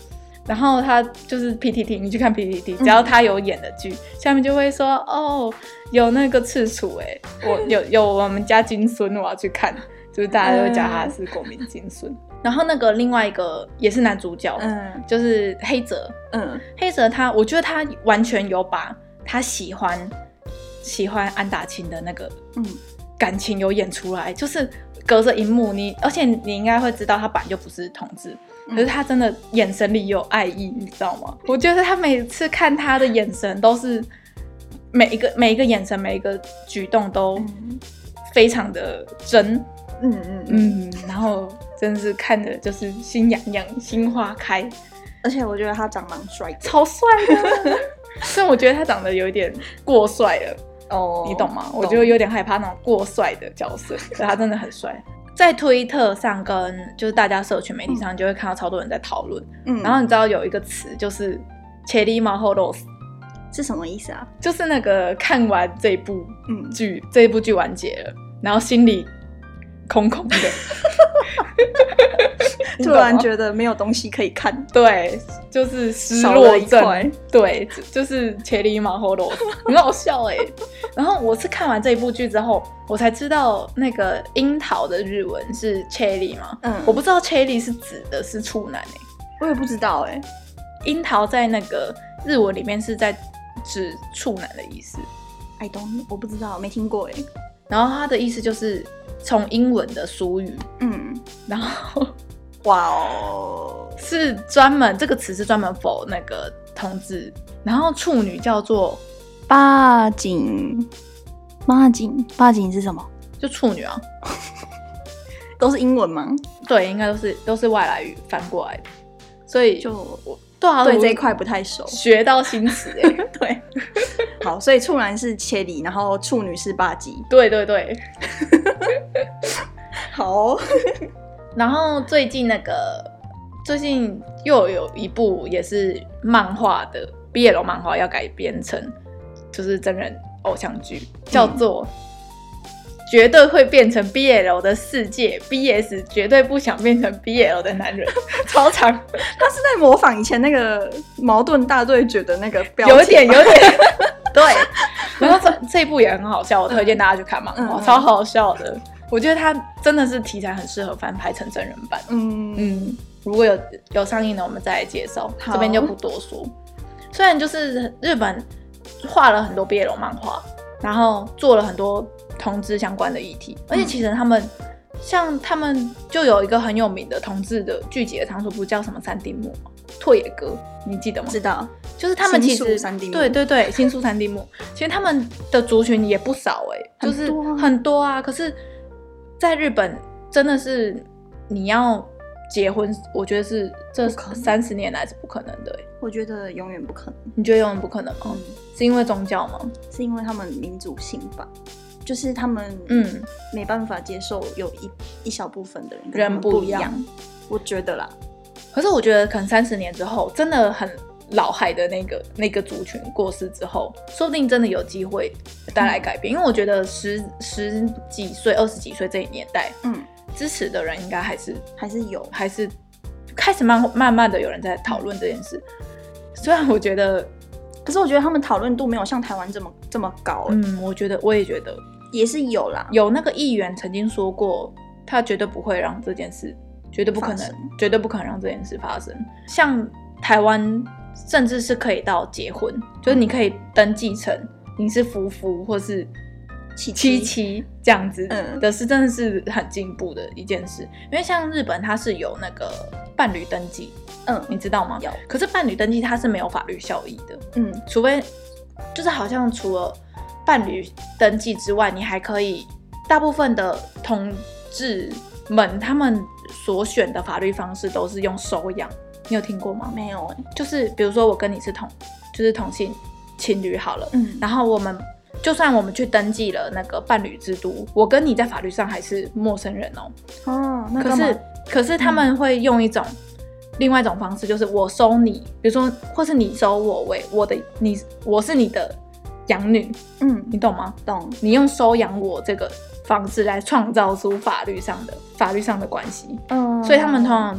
[SPEAKER 1] 然后他就是 PTT，你去看 PTT，只要他有演的剧，下面就会说哦，有那个赤楚哎、我有有我们家金孙，我要去看，就是大家都会叫他是国民金孙。然后那个另外一个也是男主角，
[SPEAKER 2] 嗯
[SPEAKER 1] 就是黑泽，
[SPEAKER 2] 嗯
[SPEAKER 1] 黑泽他，我觉得他完全有把他喜欢喜欢安达清的那个
[SPEAKER 2] 嗯
[SPEAKER 1] 感情有演出来，就是隔着荧幕你，而且你应该会知道他本来就不是同志，
[SPEAKER 2] 嗯
[SPEAKER 1] 可是他真的眼神里有爱意，你知道吗？我觉得他每次看他的眼神都是每一个每一个眼神每一个举动都
[SPEAKER 2] 嗯
[SPEAKER 1] 非常的真，
[SPEAKER 2] 嗯嗯嗯，
[SPEAKER 1] 嗯，然后真的是看着就是心痒痒，心花开，
[SPEAKER 2] 而且我觉得他长蛮帅的
[SPEAKER 1] 超帅的。 [LAUGHS] 虽然我觉得他长得有一点过帅了，
[SPEAKER 2] 哦
[SPEAKER 1] 你懂吗？我就有点害怕那种过帅的角
[SPEAKER 2] [LAUGHS]
[SPEAKER 1] 色，可他真的很帅。在推特上跟就是大家社群媒体上，就会看到超多人在讨论。
[SPEAKER 2] 嗯，
[SPEAKER 1] 然后你知道有一个词就是“切利猫后 rose”，
[SPEAKER 2] 是什么意思啊？
[SPEAKER 1] 就是那个看完这部
[SPEAKER 2] 嗯，
[SPEAKER 1] 剧，这部剧完结了，然后心里空
[SPEAKER 2] [LAUGHS]
[SPEAKER 1] 空的，你
[SPEAKER 2] 突
[SPEAKER 1] 懂吗
[SPEAKER 2] 然觉得没有东西可以看，
[SPEAKER 1] 对，就是失
[SPEAKER 2] 少
[SPEAKER 1] 落
[SPEAKER 2] 了一块
[SPEAKER 1] 症，对，就就是切里马后罗，很好笑哎、然后我是看完这一部剧之后，我才知道那个樱桃的日文是切里嘛，
[SPEAKER 2] 嗯
[SPEAKER 1] 我不知道切里是指的是处男哎、
[SPEAKER 2] 我也不知道哎、
[SPEAKER 1] 樱桃在那个日文里面是在指处男的意思，
[SPEAKER 2] I don't，我不知道，没听过哎、
[SPEAKER 1] 然后它的意思就是从英文的俗语，
[SPEAKER 2] 嗯，
[SPEAKER 1] 然后
[SPEAKER 2] 哇哦，
[SPEAKER 1] 是专门这个词是专门否那个同志，然后处女叫做
[SPEAKER 2] 八景，八景，八景是什么？
[SPEAKER 1] 就处女啊。
[SPEAKER 2] 都是英文吗？
[SPEAKER 1] 对，应该都是都是外来语翻过来的，所以
[SPEAKER 2] 就
[SPEAKER 1] 我对啊，
[SPEAKER 2] 对
[SPEAKER 1] 我
[SPEAKER 2] 这一块不太熟。
[SPEAKER 1] 学到新词哎、
[SPEAKER 2] [LAUGHS] 对，好，所以处男是切里，然后处女是八级。
[SPEAKER 1] 对对对。
[SPEAKER 2] 好哦、
[SPEAKER 1] 然后最近那个最近又有一部也是漫画的 BL 漫画要改编成就是真人偶像剧，叫做。
[SPEAKER 2] 嗯
[SPEAKER 1] 绝对会变成 BL 的世界，BS 绝对不想变成 BL 的男人， [LAUGHS] 超长，
[SPEAKER 2] 他是在模仿以前那个矛盾大对决的那个标题吧，
[SPEAKER 1] 有点有点 [LAUGHS] 对。然后这这一部也很好笑，我推荐大家去看漫画，
[SPEAKER 2] 嗯嗯
[SPEAKER 1] 超好笑的。我觉得它真的是题材很适合翻拍成真人版。
[SPEAKER 2] 嗯
[SPEAKER 1] 嗯，如果有有上映的，我们再来介绍，
[SPEAKER 2] 好
[SPEAKER 1] 这边就不多说。虽然就是日本画了很多 BL 漫画，然后做了很多同志相关的议题，而且其实他们。像他们就有一个很有名的同志的聚集的场所，不叫什么三丁目吗？拓野哥，你记得吗？
[SPEAKER 2] 知道，
[SPEAKER 1] 就是他们其
[SPEAKER 2] 新
[SPEAKER 1] 实
[SPEAKER 2] 宿三丁目
[SPEAKER 1] 对对对， [LAUGHS] 新宿三丁目，其实他们的族群也不少哎、
[SPEAKER 2] 很
[SPEAKER 1] 就是
[SPEAKER 2] 多啊
[SPEAKER 1] 很多啊。可是，在日本真的是你要结婚，我觉得是这
[SPEAKER 2] 不可能
[SPEAKER 1] 三十年来是不可能的、欸。
[SPEAKER 2] 我觉得永远不可能。
[SPEAKER 1] 你觉得永远不可能吗？
[SPEAKER 2] 嗯，
[SPEAKER 1] 是因为宗教吗？
[SPEAKER 2] 是因为他们民族性吧？就是他们
[SPEAKER 1] 嗯，
[SPEAKER 2] 没办法接受有一一小部分的人跟他
[SPEAKER 1] 人
[SPEAKER 2] 们
[SPEAKER 1] 不
[SPEAKER 2] 一
[SPEAKER 1] 一样。
[SPEAKER 2] 我觉得啦，
[SPEAKER 1] 可是我觉得，可能三十年之后，真的很老海的那个那个族群过世之后，说不定真的有机会带来改
[SPEAKER 2] 嗯
[SPEAKER 1] 变。因为我觉得十十几岁、二十几岁这一年代，
[SPEAKER 2] 嗯，
[SPEAKER 1] 支持的人应该还是
[SPEAKER 2] 还是有，
[SPEAKER 1] 还是开始慢慢慢的有人在讨论这件事。虽然我觉得，
[SPEAKER 2] 可是我觉得他们讨论度没有像台湾这么这么高、欸
[SPEAKER 1] 嗯，我觉得我也觉得
[SPEAKER 2] 也是有啦，
[SPEAKER 1] 有那个议员曾经说过，他绝对不会让这件事，绝对不可
[SPEAKER 2] 发
[SPEAKER 1] 能
[SPEAKER 2] 生，
[SPEAKER 1] 绝对不可能让这件事发生。像台湾，甚至是可以到结婚，就是你可以登记成你是夫妇或是
[SPEAKER 2] 七
[SPEAKER 1] 妻
[SPEAKER 2] 七
[SPEAKER 1] 妻这样子
[SPEAKER 2] 嗯
[SPEAKER 1] 的是，真的是很进步的一件事。因为像日本，它是有那个伴侣登记，
[SPEAKER 2] 嗯
[SPEAKER 1] 你知道吗？
[SPEAKER 2] 有
[SPEAKER 1] 可是伴侣登记它是没有法律效益的，
[SPEAKER 2] 嗯
[SPEAKER 1] 除非就是好像除了伴侣登记之外，你还可以大部分的同志们他们所选的法律方式都是用收养，你有听过吗？
[SPEAKER 2] 没有哎、
[SPEAKER 1] 就是比如说我跟你是同就是同性情侣好了，
[SPEAKER 2] 嗯
[SPEAKER 1] 然后我们就算我们去登记了那个伴侣制度，我跟你在法律上还是陌生人哦。
[SPEAKER 2] 哦，那
[SPEAKER 1] 可
[SPEAKER 2] 干嘛嗯
[SPEAKER 1] 是可是他们会用一种、另外一种方式，就是我收你，比如说，或是你收我为我的你，我是你的养女，
[SPEAKER 2] 嗯
[SPEAKER 1] 你懂吗？
[SPEAKER 2] 懂
[SPEAKER 1] 你用收养我这个方式来创造出法律上的法律上的关系，
[SPEAKER 2] 嗯，
[SPEAKER 1] 所以他们通常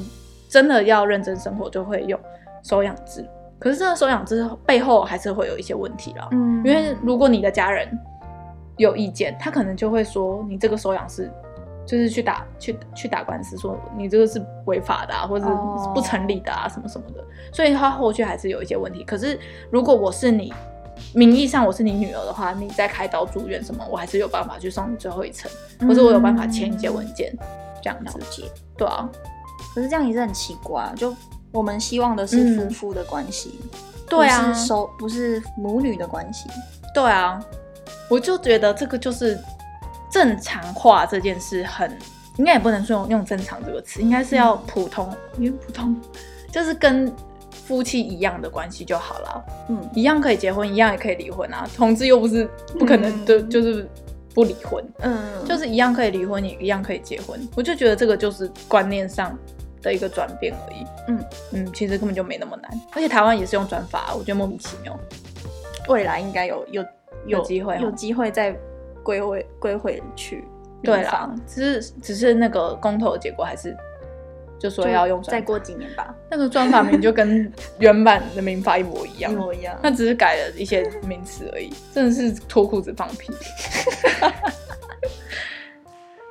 [SPEAKER 1] 真的要认真生活，就会用收养制。可是这个收养制背后还是会有一些问题啦，
[SPEAKER 2] 嗯
[SPEAKER 1] 因为如果你的家人有意见，他可能就会说你这个收养是，就是去打去去打官司，说你这个是违法的啊，或者
[SPEAKER 2] 哦
[SPEAKER 1] 是不成立的啊，什么什么的。所以他后续还是有一些问题。可是如果我是你，名义上我是你女儿的话，你再开刀住院什么，我还是有办法去送你最后一程，或者我有办法签一些文件，这样
[SPEAKER 2] 了
[SPEAKER 1] 子。
[SPEAKER 2] 解，
[SPEAKER 1] 对啊，
[SPEAKER 2] 可是这样也是很奇怪，就我们希望的是夫
[SPEAKER 1] 嗯
[SPEAKER 2] 妇的关系，
[SPEAKER 1] 对啊
[SPEAKER 2] 不，是收不是母女的关系，
[SPEAKER 1] 对啊，我就觉得这个就是正常化这件事很，应该也不能说用用正常这个词，应该是
[SPEAKER 2] 嗯
[SPEAKER 1] 要普通，因为普通 [LAUGHS] 就是跟夫妻一样的关系就好了，
[SPEAKER 2] 嗯
[SPEAKER 1] 一样可以结婚，一样也可以离婚啊，同志又不是不可能
[SPEAKER 2] 嗯
[SPEAKER 1] 就、就是不离婚，
[SPEAKER 2] 嗯，
[SPEAKER 1] 就是一样可以离婚，也一样可以结婚，我就觉得这个就是观念上。的一个转变而已，
[SPEAKER 2] 嗯
[SPEAKER 1] 嗯，其实根本就没那么难，而且台湾也是用转法，啊我觉得莫名其妙。
[SPEAKER 2] 未来应该有有
[SPEAKER 1] 有机会哦
[SPEAKER 2] 有机会再归回归回去民
[SPEAKER 1] 对啦
[SPEAKER 2] 房，，
[SPEAKER 1] 只是只是那个公投的结果还是就说要用
[SPEAKER 2] 就再
[SPEAKER 1] 专法，
[SPEAKER 2] 过几年吧，
[SPEAKER 1] 那个专法名就跟原版的民法一模 [LAUGHS] 一样
[SPEAKER 2] 一，模一样。
[SPEAKER 1] 那只是改了一些名词而已，真的是脱裤子放 [LAUGHS] 屁。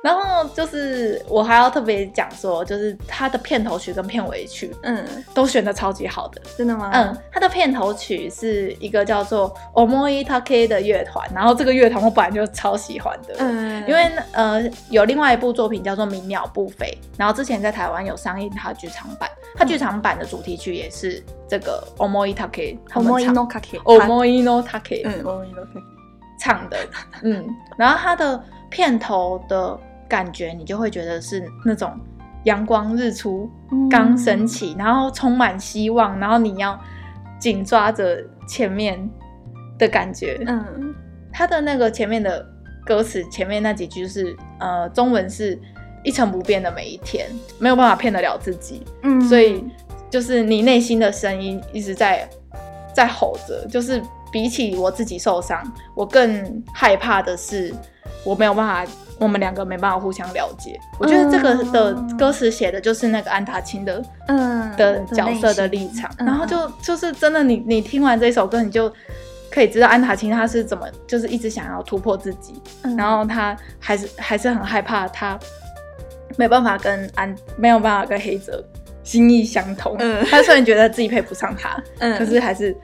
[SPEAKER 1] 然后就是我还要特别讲说，就是它的片头曲跟片尾曲
[SPEAKER 2] 嗯，
[SPEAKER 1] 都选的超级好的，
[SPEAKER 2] 真的吗？
[SPEAKER 1] 嗯，它的片头曲是一个叫做 Omoi Take 的乐团，然后这个乐团我本来就超喜欢的，
[SPEAKER 2] 嗯，
[SPEAKER 1] 因为呃，有另外一部作品叫做《鸣鸟不飞》，然后之前在台湾有上映它的剧场版，它剧场版的主题曲也是这个 Omoi Take 他们
[SPEAKER 2] Omoi
[SPEAKER 1] 唱
[SPEAKER 2] no kake
[SPEAKER 1] Omoi no Take
[SPEAKER 2] 嗯 Omoi no kake
[SPEAKER 1] 唱的，嗯，然后它的片头的感觉，你就会觉得是那种阳光日出刚
[SPEAKER 2] 嗯
[SPEAKER 1] 升起，然后充满希望，然后你要紧抓着前面的感觉，
[SPEAKER 2] 嗯
[SPEAKER 1] 他的那个前面的歌词前面那几句就是呃，中文是一成不变的每一天，没有办法骗得了自己，
[SPEAKER 2] 嗯，
[SPEAKER 1] 所以就是你内心的声音一直在在吼着，就是比起我自己受伤，我更害怕的是我没有办法。我们两个没办法互相了解，我觉得这个的
[SPEAKER 2] 嗯
[SPEAKER 1] 歌词写的就是那个安达清的
[SPEAKER 2] 嗯
[SPEAKER 1] 的角色的
[SPEAKER 2] 类
[SPEAKER 1] 立
[SPEAKER 2] 型
[SPEAKER 1] 场，
[SPEAKER 2] 嗯
[SPEAKER 1] 然后就就是真的你，你听完这首歌，你就可以知道安塔钦他是怎么，就是一直想要突破自己，
[SPEAKER 2] 嗯
[SPEAKER 1] 然后他还是还是很害怕他没办法跟安没有办法跟黑泽心意相通，
[SPEAKER 2] 嗯
[SPEAKER 1] 他虽然觉得自己配不上他，
[SPEAKER 2] 嗯
[SPEAKER 1] 可是还是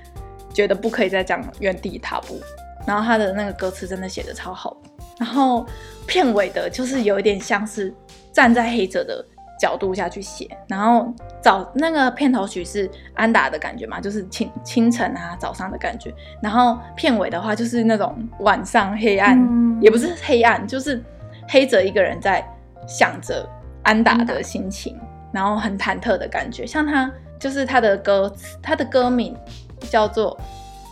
[SPEAKER 1] 觉得不可以再这样原地踏步。然后他的那个歌词真的写的超好，然后片尾的就是有一点像是站在黑者的角度下去写，然后早那个片头曲是安达的感觉嘛，就是清清晨啊早上的感觉，然后片尾的话就是那种晚上黑暗，
[SPEAKER 2] 嗯
[SPEAKER 1] 也不是黑暗，就是黑者一个人在想着安达
[SPEAKER 2] 安达
[SPEAKER 1] 的心情，然后很忐忑的感觉，像他就是他的歌词，他的歌名叫做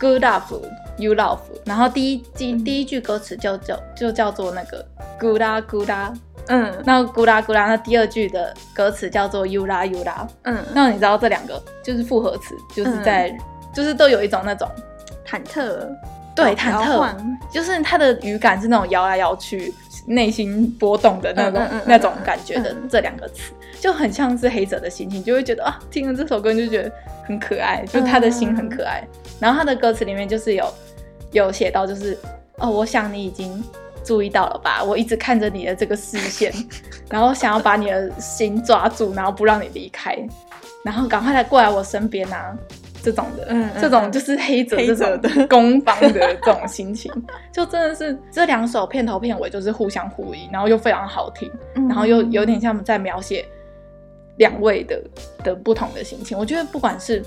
[SPEAKER 1] 《 Good Love You Love，然后第一季、第一句歌词就叫就叫做那个 Good 啦 Good 啦，
[SPEAKER 2] 嗯
[SPEAKER 1] 那 Good 啦 Good 啦，那第二句的歌词叫做 You 啦 You 啦。
[SPEAKER 2] 嗯，
[SPEAKER 1] 那你知道这两个就是复合词，就是在、就是都有一种那种
[SPEAKER 2] 忐忑，
[SPEAKER 1] 对忐
[SPEAKER 2] 摇
[SPEAKER 1] 忑，
[SPEAKER 2] 晃
[SPEAKER 1] 就是它的语感是那种摇来摇去、内心波动的那种、
[SPEAKER 2] 嗯嗯嗯嗯
[SPEAKER 1] 那种感觉的
[SPEAKER 2] 嗯
[SPEAKER 1] 这两个词，就很像是黑泽的心情，就会觉得啊，听了这首歌你就觉得很可爱，就他的心很可爱。然后他的歌词里面就是有有写到，就是哦，我想你已经。注意到了吧？我一直看着你的这个视线， [LAUGHS] 然后想要把你的心抓住，然后不让你离开，然后赶快来过来我身边啊，这种的，
[SPEAKER 2] 嗯嗯
[SPEAKER 1] 这种就是黑泽
[SPEAKER 2] 黑
[SPEAKER 1] 这
[SPEAKER 2] 泽
[SPEAKER 1] 种的 [LAUGHS] 攻方的这种心情， [LAUGHS] 就真的是这两首片头片尾就是互相呼应，然后又非常好听，
[SPEAKER 2] 嗯
[SPEAKER 1] 然后又有点像在描写两位的的不同的心情。我觉得不管是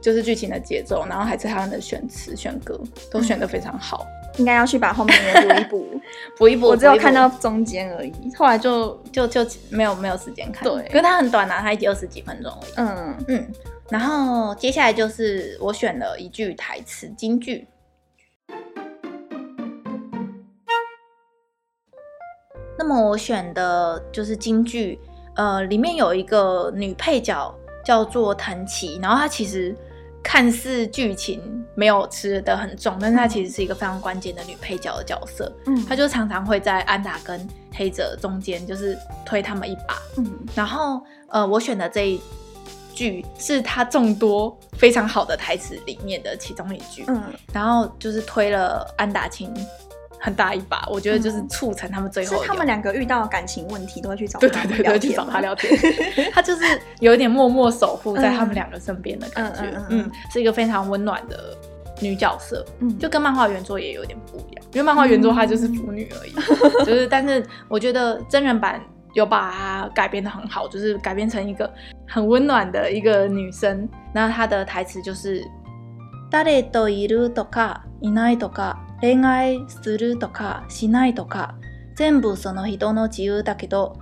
[SPEAKER 1] 就是剧情的节奏，然后还是他们的选词选歌，都选的非常好。
[SPEAKER 2] 应该要去把后面的补一 [LAUGHS] 补。
[SPEAKER 1] 补一补，
[SPEAKER 2] 我只有
[SPEAKER 1] 补一补
[SPEAKER 2] 看到中间而已，后来就
[SPEAKER 1] 就就没有没有时间看，
[SPEAKER 2] 对
[SPEAKER 1] 因为它很短啊，它也二十几分钟而已。
[SPEAKER 2] 嗯
[SPEAKER 1] 嗯，然后接下来就是我选了一句台词金句，
[SPEAKER 3] 那么我选的就是京剧，呃，里面有一个女配角叫做藤崎，然后她其实看似剧情没有吃的很重，但是她其实是一个非常关键的女配角的角色，
[SPEAKER 2] 嗯，
[SPEAKER 3] 她就常常会在安达跟黑泽中间就是推他们一把。
[SPEAKER 2] 嗯
[SPEAKER 3] 然后呃，我选的这一句是她众多非常好的台词里面的其中一句，
[SPEAKER 2] 嗯，
[SPEAKER 3] 然后就是推了安达清很大一把，我觉得就是
[SPEAKER 2] 嗯
[SPEAKER 3] 促成他们最
[SPEAKER 2] 是
[SPEAKER 3] 后、
[SPEAKER 2] 他们两个遇到感情问题都会去找
[SPEAKER 1] 对
[SPEAKER 2] 他
[SPEAKER 1] 对
[SPEAKER 2] 们
[SPEAKER 1] 对
[SPEAKER 2] 聊
[SPEAKER 1] 对，去
[SPEAKER 2] 天
[SPEAKER 1] 找
[SPEAKER 2] 吗
[SPEAKER 1] 他聊天，
[SPEAKER 3] [LAUGHS]
[SPEAKER 1] 他就是有一点默默守护在他们两个身边的感觉
[SPEAKER 2] 嗯嗯，嗯嗯
[SPEAKER 1] 嗯，是一个非常温暖的女角色，
[SPEAKER 2] 嗯，
[SPEAKER 1] 就跟漫画原作也有点不一样，因为漫画原作它就是腐女而已，就是但是我觉得真人版有把它改编的很好，就是改编成一个很温暖的一个女生，那她的台词就是
[SPEAKER 3] 誰といるとかいないとか恋愛するとかしないとか全部その人の自由だけど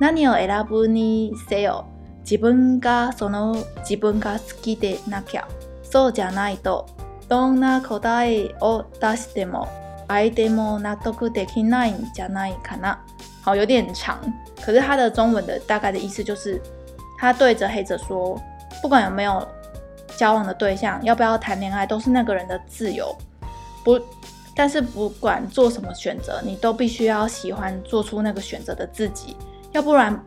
[SPEAKER 3] 何を選ぶにせよ自分がその
[SPEAKER 1] 嗯
[SPEAKER 3] 自分が好きでなきゃそうじゃないとどんな答えを出しても相手も納得できないんじゃないかな
[SPEAKER 1] 好，有点长，可是他的中文的大概的意思就是，他对着黑泽说，不管有没有交往的对象，要不要谈恋爱，都是那个人的自由。不，但是不管做什么选择，你都必须要喜欢做出那个选择的自己，要不然，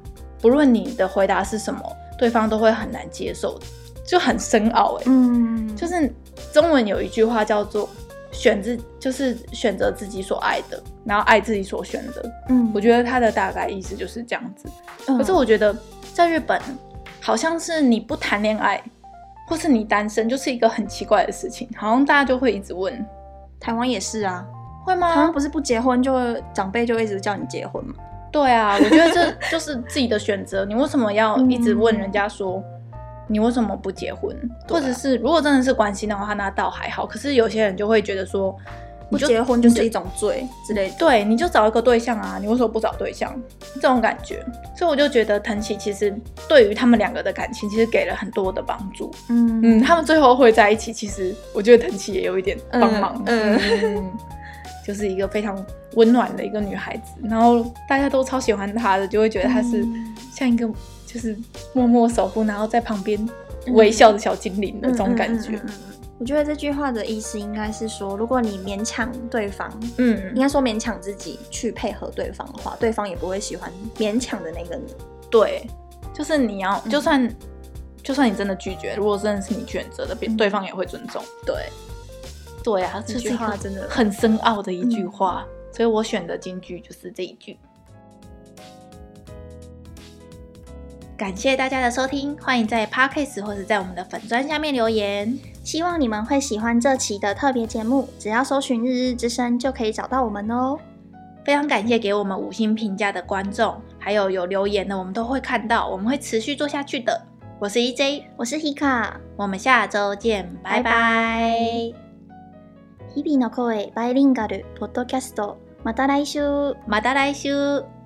[SPEAKER 1] 不论你的回答是什么，对方都会很难接受，就很深奥哎、
[SPEAKER 2] 嗯，
[SPEAKER 1] 就是是中文有一句话叫做“选自”，就是选择自己所爱的，然后爱自己所选择。
[SPEAKER 2] 嗯
[SPEAKER 1] 我觉得它的大概意思就是这样子。
[SPEAKER 2] 嗯
[SPEAKER 1] 可是我觉得在日本，好像是你不谈恋爱，或是你单身，就是一个很奇怪的事情，好像大家就会一直问，
[SPEAKER 2] 台湾也是啊，
[SPEAKER 1] 会
[SPEAKER 2] 台湾
[SPEAKER 1] 吗？
[SPEAKER 2] 不是不结婚就长辈就一直叫你结婚嘛，
[SPEAKER 1] 对啊，我觉得
[SPEAKER 2] [LAUGHS]
[SPEAKER 1] 这就是自己的选择，你为什么要一直问
[SPEAKER 2] 嗯
[SPEAKER 1] 人家说？你为什么不结婚？
[SPEAKER 2] 对
[SPEAKER 1] 或
[SPEAKER 2] 啊
[SPEAKER 1] 者是如果真的是关心的话，那倒还好。可是有些人就会觉得说，
[SPEAKER 2] 不
[SPEAKER 1] 你就
[SPEAKER 2] 结婚就是一种罪之类的。
[SPEAKER 1] 对，你就找一个对象啊，你为什么不找对象？这种感觉，所以我就觉得藤崎其实对于他们两个的感情，其实给了很多的帮助。
[SPEAKER 2] 嗯
[SPEAKER 1] 嗯，他们最后会在一起，其实我觉得藤崎也有一点帮忙。
[SPEAKER 2] 嗯
[SPEAKER 1] 嗯就是一个非常温暖的一个女孩子，然后大家都超喜欢她的，就会觉得她是
[SPEAKER 2] 嗯
[SPEAKER 1] 像一个就是默默守护，然后在旁边微笑的小精灵的这种感觉。
[SPEAKER 2] 嗯嗯嗯嗯嗯嗯我觉得这句话的意思应该是说，如果你勉强对方，
[SPEAKER 1] 嗯
[SPEAKER 2] 应该说勉强自己去配合对方的话，对方也不会喜欢勉强的那个你。
[SPEAKER 1] 对，就是你要，
[SPEAKER 2] 嗯
[SPEAKER 1] 就算、就算你真的拒绝，如果真的是你选择的，别
[SPEAKER 2] 嗯
[SPEAKER 1] 对方也会尊重。
[SPEAKER 2] 对，
[SPEAKER 1] 对啊，这
[SPEAKER 2] 这句
[SPEAKER 1] 句话
[SPEAKER 2] 话
[SPEAKER 1] 真
[SPEAKER 2] 真的
[SPEAKER 1] 的很深奥的一句话，所以我选的金句就是这一句。
[SPEAKER 3] 感谢大家的收听，欢迎在 Podcast 或者在我们的粉砖下面留言。
[SPEAKER 2] 希望你们会喜欢这期的特别节目，只要搜寻“日日之声”就可以找到我们哦。
[SPEAKER 3] 非常感谢给我们五星评价的观众，还有有留言的，我们都会看到，我们会持续做下去的。我是 EJ，
[SPEAKER 2] 我是 Hika，
[SPEAKER 3] 我们下周见，拜
[SPEAKER 2] 拜
[SPEAKER 3] 拜。
[SPEAKER 2] 日々の声バイリンガルポッドキャスト，また来週。
[SPEAKER 3] また来週。